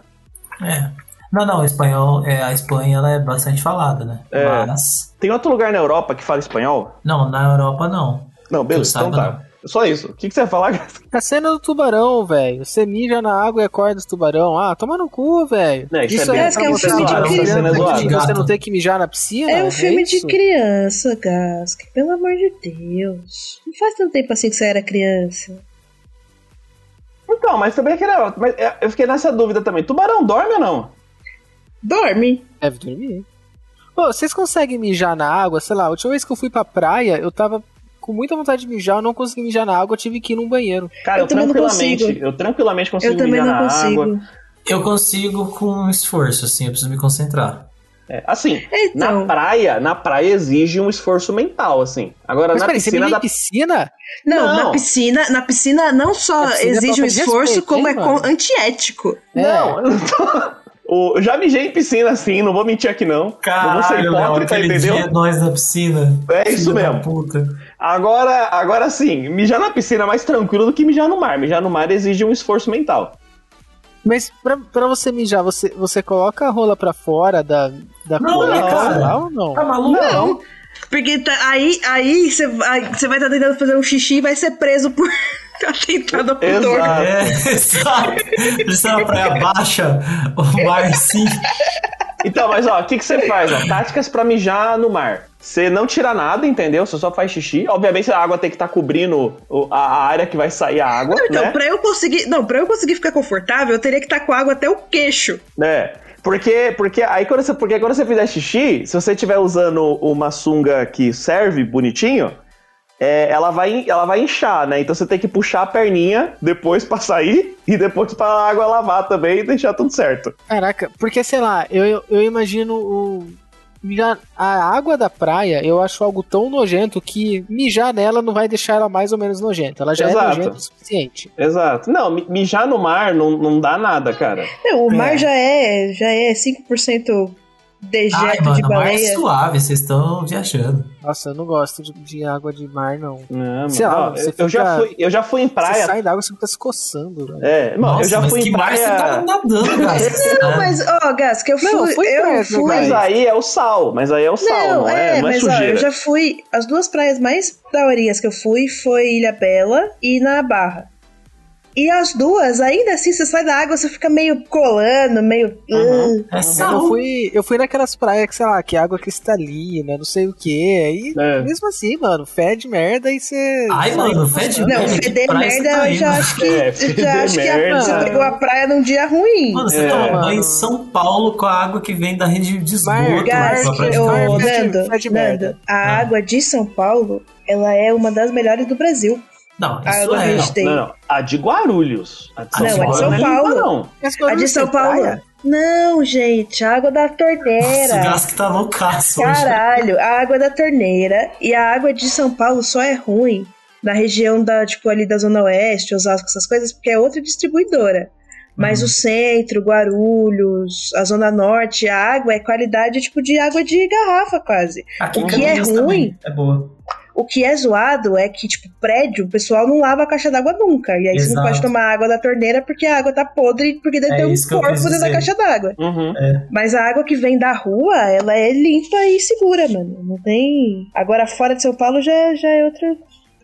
S2: É. Não, não, o espanhol, é, a Espanha ela é bastante falada, né?
S3: É.
S2: Mas.
S3: Tem outro lugar na Europa que fala espanhol?
S2: Não, na Europa não.
S3: Não, beleza,
S2: Que eu
S3: então
S2: saiba,
S3: tá. Só isso. O que, que você ia falar, Gato?
S1: A cena do tubarão, velho. Você mija na água e acorda os tubarão. Ah, toma no cu, velho.
S3: Não, isso é bem-
S1: aí
S4: Parece que é um
S1: você
S4: filme de
S1: tá
S4: criança.
S1: criando
S3: Essa cena é
S1: que
S2: zoada.
S1: Você não tem que mijar na
S2: Ah,
S1: piscina?
S4: É um filme de
S1: isso?
S4: criança, Gask. Pelo amor de Deus. Não faz tanto tempo assim que você era criança.
S3: <laughs> Então, mas também que era. Mas é, eu fiquei nessa dúvida também. Tubarão dorme ou não?
S4: Dorme.
S1: Deve É, dormir. Pô, vocês conseguem mijar na água? Sei lá, a última vez que eu fui pra praia, eu tava com muita vontade de mijar, eu não consegui mijar na água, eu tive que ir num banheiro.
S3: Cara, eu,
S4: Eu também não
S3: tranquilamente.
S4: consigo.
S3: eu tranquilamente consigo
S4: eu também
S3: mijar
S4: não
S3: na
S4: consigo.
S3: água.
S2: Eu consigo com esforço, assim, eu preciso me concentrar.
S3: É, assim, na
S4: Então.
S3: praia, na praia exige um esforço mental, assim. Agora,
S1: Mas
S3: na
S1: peraí, você mija
S3: piscina da
S1: em piscina?
S4: Não,
S3: Não.
S4: na piscina, na piscina não só
S1: Na piscina é
S4: exige um
S1: falta de
S4: esforço,
S1: respeito,
S4: como
S1: hein,
S4: é con-
S1: mano?
S4: antiético.
S1: É.
S3: Não, eu não tô- O- eu já mijei em piscina assim, não vou mentir aqui não. não vou ser
S2: Caralho, Léo,
S3: é hipócrita,
S2: aquele
S3: entendeu?
S2: dia nós na piscina.
S3: É
S2: filho
S3: isso
S2: da
S3: mesmo.
S2: Puta.
S3: Agora, agora sim, mijar na piscina é mais tranquilo do que mijar no mar. Mijar no mar exige um esforço mental.
S1: Mas pra, pra você mijar, você, você coloca a rola pra fora da, da
S2: Não,
S1: cueca,
S3: cara.
S1: sei lá, ou não?
S2: Tá maluco?
S3: Não.
S4: Porque tá- aí aí você vai estar tentando fazer um xixi e vai ser preso por <laughs> atentado por dor.
S3: Exato.
S2: É, <laughs> exato. Isso é uma praia baixa, o mar
S4: <laughs>
S2: sim.
S3: Então, mas ó, o que, que você faz? Ó? Táticas pra mijar no mar. Você não tira nada, entendeu? Você só faz xixi. Obviamente a água tem que estar cobrindo o- a a área que vai sair a água,
S4: Então,
S3: né?
S4: pra eu conseguir. Não, pra eu conseguir ficar confortável, eu teria que estar com água até o queixo.
S3: É. Porque, porque aí quando você, porque quando você fizer xixi, se você estiver usando uma sunga que serve bonitinho, é, ela, vai, ela vai inchar, né? Então você tem que puxar a perninha depois pra sair e depois pra água lavar também e deixar tudo certo.
S1: Caraca, porque sei lá, eu, eu, eu imagino o. mijar- A água da praia eu acho algo tão nojento que mijar nela não vai deixar ela mais ou menos nojenta. Ela já
S3: Exato.
S1: é nojenta o suficiente.
S3: Exato. Não, mi- mijar no mar não, não dá nada, cara.
S4: Não, o
S2: É.
S4: mar já é, já é 5% dejeto
S2: Ai,
S4: de
S2: mano, o mar é
S4: baleia.
S2: suave, vocês estão viajando.
S1: Nossa, eu não gosto de, de água de mar, não.
S3: Não,
S1: Sei
S3: mano,
S1: lá,
S3: ó,
S1: você
S3: eu, eu já
S1: fica-
S3: fui, eu já fui em
S1: Você
S3: praia.
S1: sai da água e você fica se coçando, velho.
S3: É, mano,
S2: Nossa,
S3: eu já
S2: mas
S3: fui
S2: que
S3: em
S2: mar você
S3: praia.
S2: tá nadando, cara. né? É,
S4: Não, mas, ó, Gas, que eu fui.
S1: Não, foi
S4: eu
S1: preso, Gas.
S4: fui.
S3: Mas aí é o sal, mas aí é o sal, não, é, não é
S4: mas ó,
S3: sujeira.
S4: eu já fui. As duas praias mais daorinhas que eu fui foi Ilha Bela e na Barra. E as duas, ainda assim, você sai da água, você fica meio colando, meio.
S3: Uhum.
S4: Uh,
S2: É
S1: Eu
S2: sal.
S1: fui, eu fui naquelas praias que, sei lá, que é água cristalina, não sei o que. Aí,
S3: É.
S1: mesmo assim, mano, fede merda e você.
S2: Ai,
S1: sai
S2: mano, fede
S1: coçando.
S4: Não,
S2: merda, que
S4: feder
S2: praia você
S4: merda,
S2: tá
S4: eu já
S2: indo?
S4: acho que.
S3: É,
S4: eu
S3: feder
S4: já acho que a,
S3: merda.
S4: você pegou a praia num dia ruim.
S2: Mano, você
S3: É.
S2: toma banho
S1: Mano.
S2: em São Paulo com a água que vem da rede de esgoto.
S1: Mar-
S2: mano,
S1: Gás,
S2: pra
S4: Gás,
S1: Vai
S4: que-
S2: praticar.
S1: eu- Vai
S4: ô,
S1: de-
S4: Nando,
S1: vai de merda.
S4: Nando, a
S2: Ah.
S4: água de São Paulo, ela é uma das melhores do Brasil.
S2: Não,
S4: A
S2: isso
S4: água
S2: é.
S4: que a
S2: Não.
S4: gente tem.
S3: Não, não. A de Guarulhos. A de São
S2: Não, a de
S3: Paulo.
S2: São
S3: não é limpa,
S4: Paulo.
S3: não.
S1: Mas
S4: A
S1: Guarulhos
S4: É de São
S1: tem
S4: Paulo?
S1: praia?
S4: Não, gente, a água da
S2: Nossa, o
S4: torneira.
S2: Gás que tá loucaço hoje.
S4: Caralho, a água é da torneira e a água de São Paulo só é ruim na região da, tipo, ali da Zona Oeste, Osasco, essas coisas, porque é outra distribuidora. Mas
S2: Uhum.
S4: o centro, Guarulhos, a Zona Norte, a água é qualidade tipo de água de garrafa quase.
S2: Aqui em
S4: que é
S2: Campinas também
S4: ruim.
S2: É boa.
S4: O que é zoado é que, tipo, prédio, o pessoal não lava a caixa d'água nunca. E aí você não
S2: Exato.
S4: pode tomar água da torneira porque a água tá podre, porque deve
S2: É
S4: ter um
S2: isso que eu
S4: corpo
S2: quis
S4: dentro da
S2: dizer.
S4: caixa d'água.
S3: Uhum.
S4: Mas a água que vem da rua, ela é limpa e segura, mano. Não tem. Agora, fora de São Paulo já, já é outra.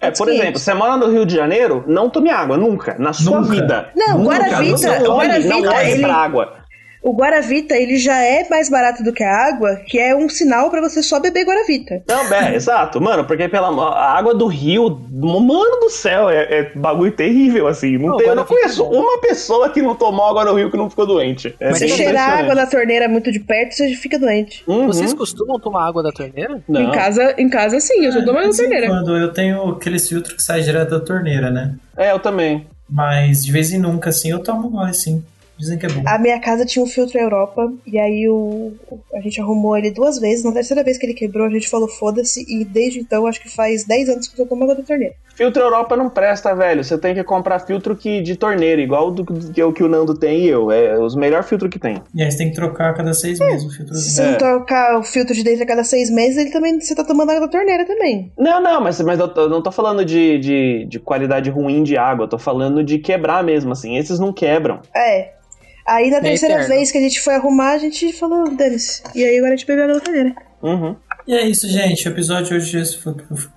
S3: É, por exemplo, você mora no Rio de Janeiro, não tome água, nunca, na sua
S2: Nunca.
S3: vida.
S4: Não,
S3: Nunca,
S4: Guaravita,
S3: Não tome,
S4: Guaravita,
S3: não olhe
S4: ele-
S3: pra água.
S4: O Guaravita, ele já é mais barato do que a água, que é um sinal pra você só beber Guaravita.
S3: Não, é, exato. Mano, porque pela a água do Rio, mano do céu, é, é bagulho terrível, assim. Não
S1: Não,
S3: tem- eu não
S1: Guaravita é
S3: conheço
S1: bom.
S3: uma pessoa que não tomou água no Rio que não ficou doente. É
S1: Mas
S4: Se
S3: bem
S4: cheirar
S3: impressionante.
S4: água né? da torneira muito de perto, você fica doente.
S3: Uhum.
S1: Vocês costumam tomar água da torneira?
S3: Não.
S4: Em casa, em casa Ah, sim, eu só tomo na
S2: De vez em
S4: torneira.
S2: Quando eu tenho aqueles filtros que saem direto da torneira, né?
S3: É, eu também.
S2: Mas de vez em nunca, assim, eu tomo nós, sim. Dizem que é bom.
S4: A minha casa tinha um filtro Europa, e aí o, a gente arrumou ele duas vezes. Na terceira vez que ele quebrou, a gente falou foda-se, e desde então, acho que faz 10 anos que eu tomo água da torneira.
S3: Filtro Europa não presta, velho. Você tem que comprar filtro que, de torneira, igual do, do que, o que o Nando tem e eu. É os melhores filtros que tem.
S2: E aí você tem que trocar a cada seis meses o
S4: Se
S2: filtrozinho.
S4: você
S3: É.
S4: não trocar o filtro de dentro a cada seis meses, ele também você tá tomando água da torneira também.
S3: Não, não, mas, mas eu, tô- eu não tô falando de, de, de qualidade ruim de água, eu tô falando de quebrar mesmo, assim. Esses não quebram.
S4: É. Aí na
S1: É
S4: terceira
S1: eterno.
S4: vez que a gente foi arrumar, a gente falou, dane-se. E aí agora a gente bebeu água da torneira.
S3: Uhum.
S2: E é isso, gente. O episódio de hoje é esse foi.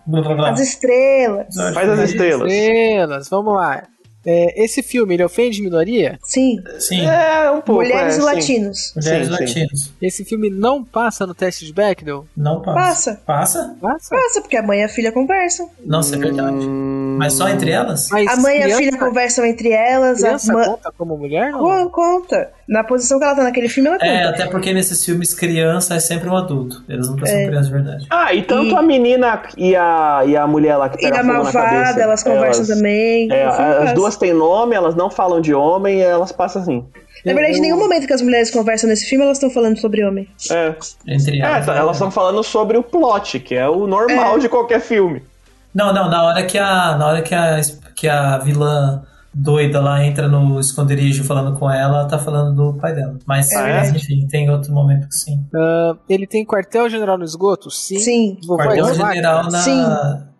S2: Blá, blá, blá.
S4: As estrelas.
S2: Episódio
S3: Faz as
S2: foi-
S3: estrelas.
S1: Estrelas, vamos lá. É, esse filme, ele ofende minoria?
S4: Sim.
S2: Sim.
S3: É, um pouco.
S4: Mulheres
S3: é, sim.
S4: e latinos.
S2: Mulheres
S3: Sim, sim.
S2: latinas.
S1: Esse filme não passa no teste de Bechdel?
S2: Não passa.
S4: Passa.
S2: Passa?
S1: Passa?
S4: Passa, porque a mãe e a filha conversam.
S2: Nossa, é verdade.
S3: Hum,
S2: Mas só entre elas?
S1: Mas
S4: A mãe e a
S1: criança- é.
S4: filha conversam entre elas. A
S1: Criança
S4: mãe...
S1: conta como mulher, não?
S4: Co- Conta. Na posição que ela tá naquele filme, ela conta.
S2: É, até porque nesses filmes criança é sempre um adulto. Eles nunca são crianças de verdade.
S3: Ah, e tanto
S4: E-
S3: a menina e a, e tá a mulher lá que
S4: E
S3: pega
S4: a
S3: fogo na cabeça.
S4: malvada, elas conversam
S3: elas-
S4: também.
S3: É,
S4: O filme
S3: as
S4: passa.
S3: duas têm nome, elas não falam de homem e elas passam assim.
S4: Na verdade, em
S1: Eu-
S4: nenhum momento que as mulheres conversam nesse filme, elas estão falando sobre homem.
S3: É,
S2: Entre
S3: É,
S2: elas.
S3: tá, elas estão falando sobre o plot, que é o normal
S4: É.
S3: de qualquer filme.
S2: Não, não, na hora que a. Na hora que a, que a vilã doida lá entra no esconderijo falando com ela, ela tá falando do pai dela. Mas,
S4: É
S2: mas, enfim, tem outro momento que sim.
S1: Ah, ele tem quartel-general no esgoto? Sim.
S4: Sim.
S1: Vovó
S2: Quartel
S1: Esmaga?
S2: general na.
S4: Sim.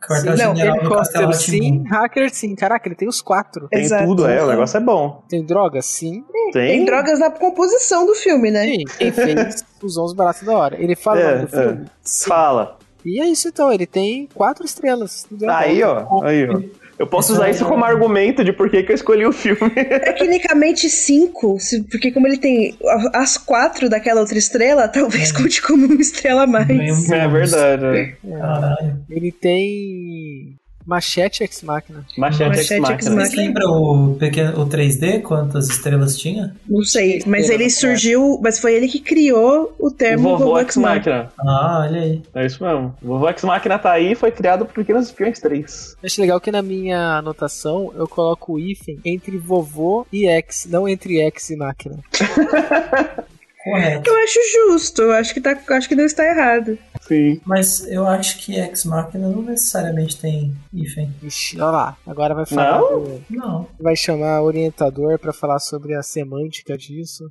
S2: Quartel
S1: Sim. Não,
S2: general no Castelo
S1: helicóptero sim,
S2: Rá-Tim-Bum.
S1: hacker sim. Caraca, ele tem os quatro.
S3: Tem
S4: Exato.
S3: tudo, é, o negócio é bom.
S1: Tem droga? Sim.
S4: Tem drogas na composição do filme, né?
S1: Sim. Quem fez os 11 baratos da hora. Ele fala o
S3: É,
S1: nome do filme? Sim.
S3: Fala.
S1: E é isso então, ele tem quatro estrelas. no The
S3: Tá Aí,
S1: Vault.
S3: ó, aí, ó. Eu posso
S2: Isso
S3: usar
S2: é
S3: isso
S2: bom.
S3: como argumento de por que que eu escolhi o <laughs> filme.
S4: Tecnicamente cinco, se- porque como ele tem a- as quatro daquela outra estrela, talvez conte como uma estrela a
S2: Ganhou
S4: mais.
S2: um
S3: É
S2: bônus.
S3: verdade. é.
S2: Caralho.
S1: Ele tem Machete Ex Machina.
S3: Machete Ex
S4: Machete Ex
S3: Machina.
S4: Machina.
S2: Vocês lembram o, pequeno, o 3D? Quantas estrelas tinha?
S4: Não sei, mas
S1: Estrela,
S4: ele
S1: né?
S4: surgiu, mas foi ele que criou o termo
S3: É, Vovô
S4: Vovô
S3: Ex
S4: X-Men.
S3: Machina.
S2: Ah, olha aí.
S3: É isso mesmo. Vovô Ex Machina tá aí e foi criado por Pequenos Espiões 3.
S1: Acho legal que na minha anotação eu coloco o hífen entre vovô e ex, não entre ex e máquina.
S2: Correto.
S4: Eu acho justo, eu acho que, tá, acho que não está errado.
S3: Sim.
S2: Mas eu acho que Ex Machina não necessariamente tem hífen.
S1: Ixi, olha lá. Agora vai falar. do-
S2: Não. <laughs>
S1: Vai chamar o orientador pra falar sobre a semântica disso.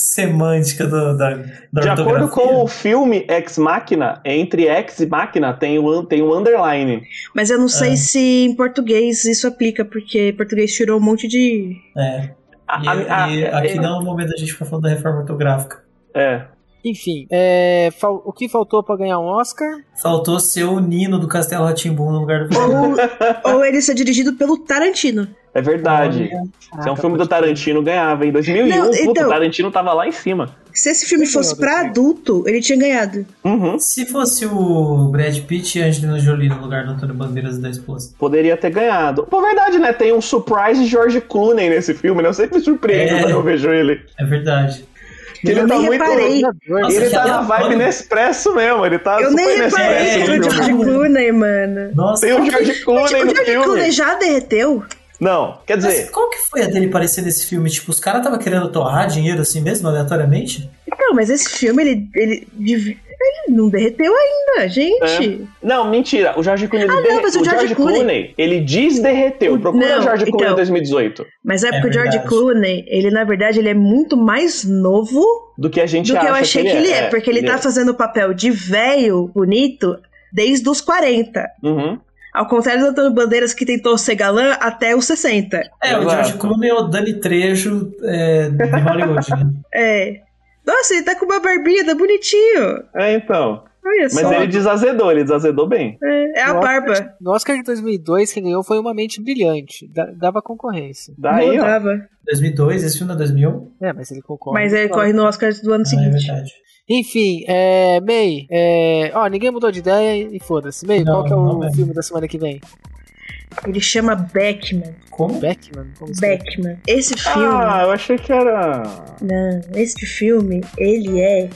S2: Semântica do, da, da
S3: De acordo
S2: ortografia.
S3: com o filme Ex Machina, entre Ex e Machina tem um, tem um underline.
S4: Mas eu não sei
S2: É.
S4: se em português isso aplica, porque português tirou um monte de.
S2: É.
S3: A-
S2: E,
S3: a- a-
S2: e aqui
S3: é-
S2: não é o momento da gente ficar falando da reforma ortográfica.
S3: É.
S1: Enfim, é, fal- o que faltou pra ganhar um Oscar?
S2: Faltou ser o Nino do Castelo Ratimbum no lugar do
S4: Ou, ou ele ser dirigido pelo Tarantino.
S3: É verdade. Se é um
S1: Caraca,
S3: filme do
S1: pode
S3: Tarantino, ganhava. Em 2001,
S4: Não,
S3: puta,
S4: então-
S3: o Tarantino tava lá em cima.
S4: Se esse filme
S1: Legal,
S4: fosse pra
S1: Dante.
S4: adulto, ele tinha ganhado.
S2: <laughs>
S3: Uhum.
S2: Se fosse o Brad Pitt e Angelina Jolie no lugar do Antônio Bandeiras e da esposa.
S3: Poderia ter ganhado. Por verdade, né? Tem um surprise George Clooney nesse filme, né? Eu sempre me surpreendo
S2: É.
S3: quando eu vejo ele.
S2: É verdade.
S3: Que ele
S4: eu
S3: tá
S4: nem
S3: muito.
S4: reparei.
S1: Orientador,
S2: Nossa,
S1: ele-
S3: ele
S2: que
S3: tá na
S2: aleatório.
S3: vibe Nespresso mesmo. Ele tá
S4: eu
S3: super
S4: nem reparei
S2: é,
S4: que
S3: Nespresso
S4: era
S3: no
S4: o
S2: eu
S3: filme.
S4: George Clooney, mano.
S2: Nossa,
S3: Tem um o George Clooney
S4: Gente,
S3: no
S4: o George Clooney
S3: filme.
S4: já derreteu?
S3: Não, quer
S2: mas
S3: dizer,
S2: qual que foi a dele parecer nesse filme? Tipo, os caras estavam querendo torrar dinheiro assim mesmo, aleatoriamente?
S4: Não, Então, mas esse filme, ele, ele, dev- ele não derreteu ainda, gente.
S3: não, mentira. O George Clooney. ele
S4: Ah, não,
S3: derre-
S4: mas o
S3: o George,
S4: George
S3: Clooney,
S4: Clooney-
S3: ele desderreteu. Procura
S4: Não,
S3: o George Clooney
S4: então.
S3: 2018
S4: Mas é porque o George
S2: verdade.
S4: Clooney, ele na verdade, ele é muito mais novo
S3: do que a gente
S4: do que
S3: acha é.
S4: é, tá eu achei que ele é. porque ele tá fazendo o papel de velho bonito desde os 40.
S3: Uhum.
S4: Ao contrário do Antônio Bandeiras, que tentou ser galã até os 60.
S2: É, o
S3: Exato.
S2: George Clooney é o Dani Trejo é, de Hollywood,
S3: <laughs>
S2: né?
S4: É. Nossa, ele tá com uma barbinha, tá bonitinho.
S3: É, então.
S4: Olha
S3: Mas
S4: só.
S3: ele desazedou, ele desazedou bem.
S4: É, é a
S1: Nossa,
S4: barba.
S1: No Oscar de 2002, quem ganhou foi Uma Mente Brilhante. Da- dava concorrência.
S3: Daí,
S4: Não
S3: tá ó.
S4: dava.
S2: 2002, esse filme é 2001?
S1: É, mas ele concorre.
S4: Mas ele corre no Oscar do ano
S2: Ah, é
S4: seguinte.
S2: verdade.
S1: Enfim, é, May, é, ó, ninguém mudou de ideia e foda-se. May,
S2: Não,
S1: qual que é
S2: não
S1: o
S2: mesmo.
S1: filme da semana que vem?
S4: Ele chama Beckman.
S2: Como?
S1: Beckman? Como se chama?
S4: Beckman. Esse filme.
S3: Ah, eu achei que era.
S4: Não, este filme, ele é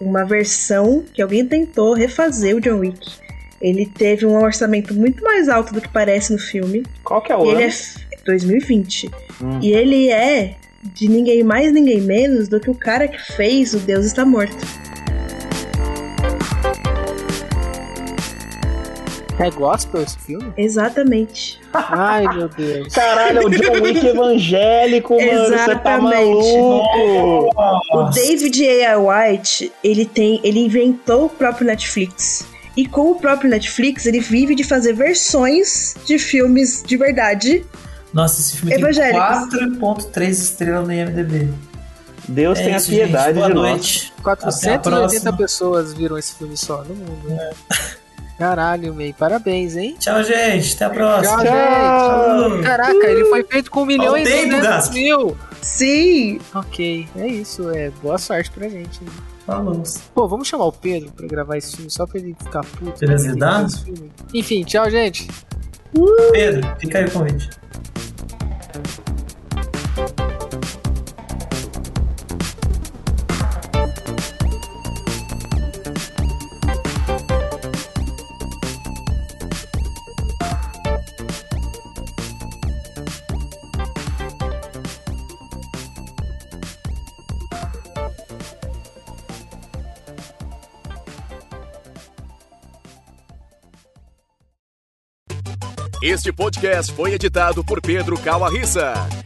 S4: uma versão que alguém tentou refazer o John Wick. Ele teve um orçamento muito mais alto do que parece no filme.
S3: Qual que é o
S4: E ele é
S3: ano?
S4: f- 2020.
S3: Hum.
S4: E ele é de ninguém mais, ninguém menos do que o cara que fez O Deus Está Morto.
S1: É gospel esse filme?
S4: Exatamente.
S1: Ai, meu <laughs> Deus.
S3: Caralho, é o John
S4: <laughs>
S3: Wick evangélico, mano. Você tá
S4: Exatamente.
S3: maluco.
S4: O David A. White, ele tem, ele inventou o próprio Netflix. E com o próprio Netflix, ele vive de fazer versões de filmes de verdade.
S2: Nossa, esse filme tem
S4: Evangélicos.
S2: 4.3 estrelas no IMDB.
S3: Deus
S2: É
S3: tenha
S2: isso, gente.
S3: piedade
S2: Boa
S3: de nós.
S2: noite. Até a
S1: 480
S2: próxima. É.
S1: pessoas viram esse filme só no mundo. Caralho, May, parabéns, hein?
S2: Tchau, gente. Até a
S1: Tchau,
S2: próxima.
S1: gente.
S2: Falou.
S1: Caraca, ele foi feito com 1 milhão e
S2: Ao tempo,
S1: 200
S2: Gask.
S1: mil.
S4: Sim,
S1: Ok, é isso. É, boa sorte pra gente. né?
S2: Falou.
S1: Pô, vamos chamar o Pedro pra gravar esse filme só pra ele ficar puto.
S2: Ele
S1: né, que
S2: ajudar?
S1: fez esse filme. Enfim, tchau, gente.
S2: Pedro, fica aí o convite.
S5: Este podcast foi editado por Pedro Calarissa.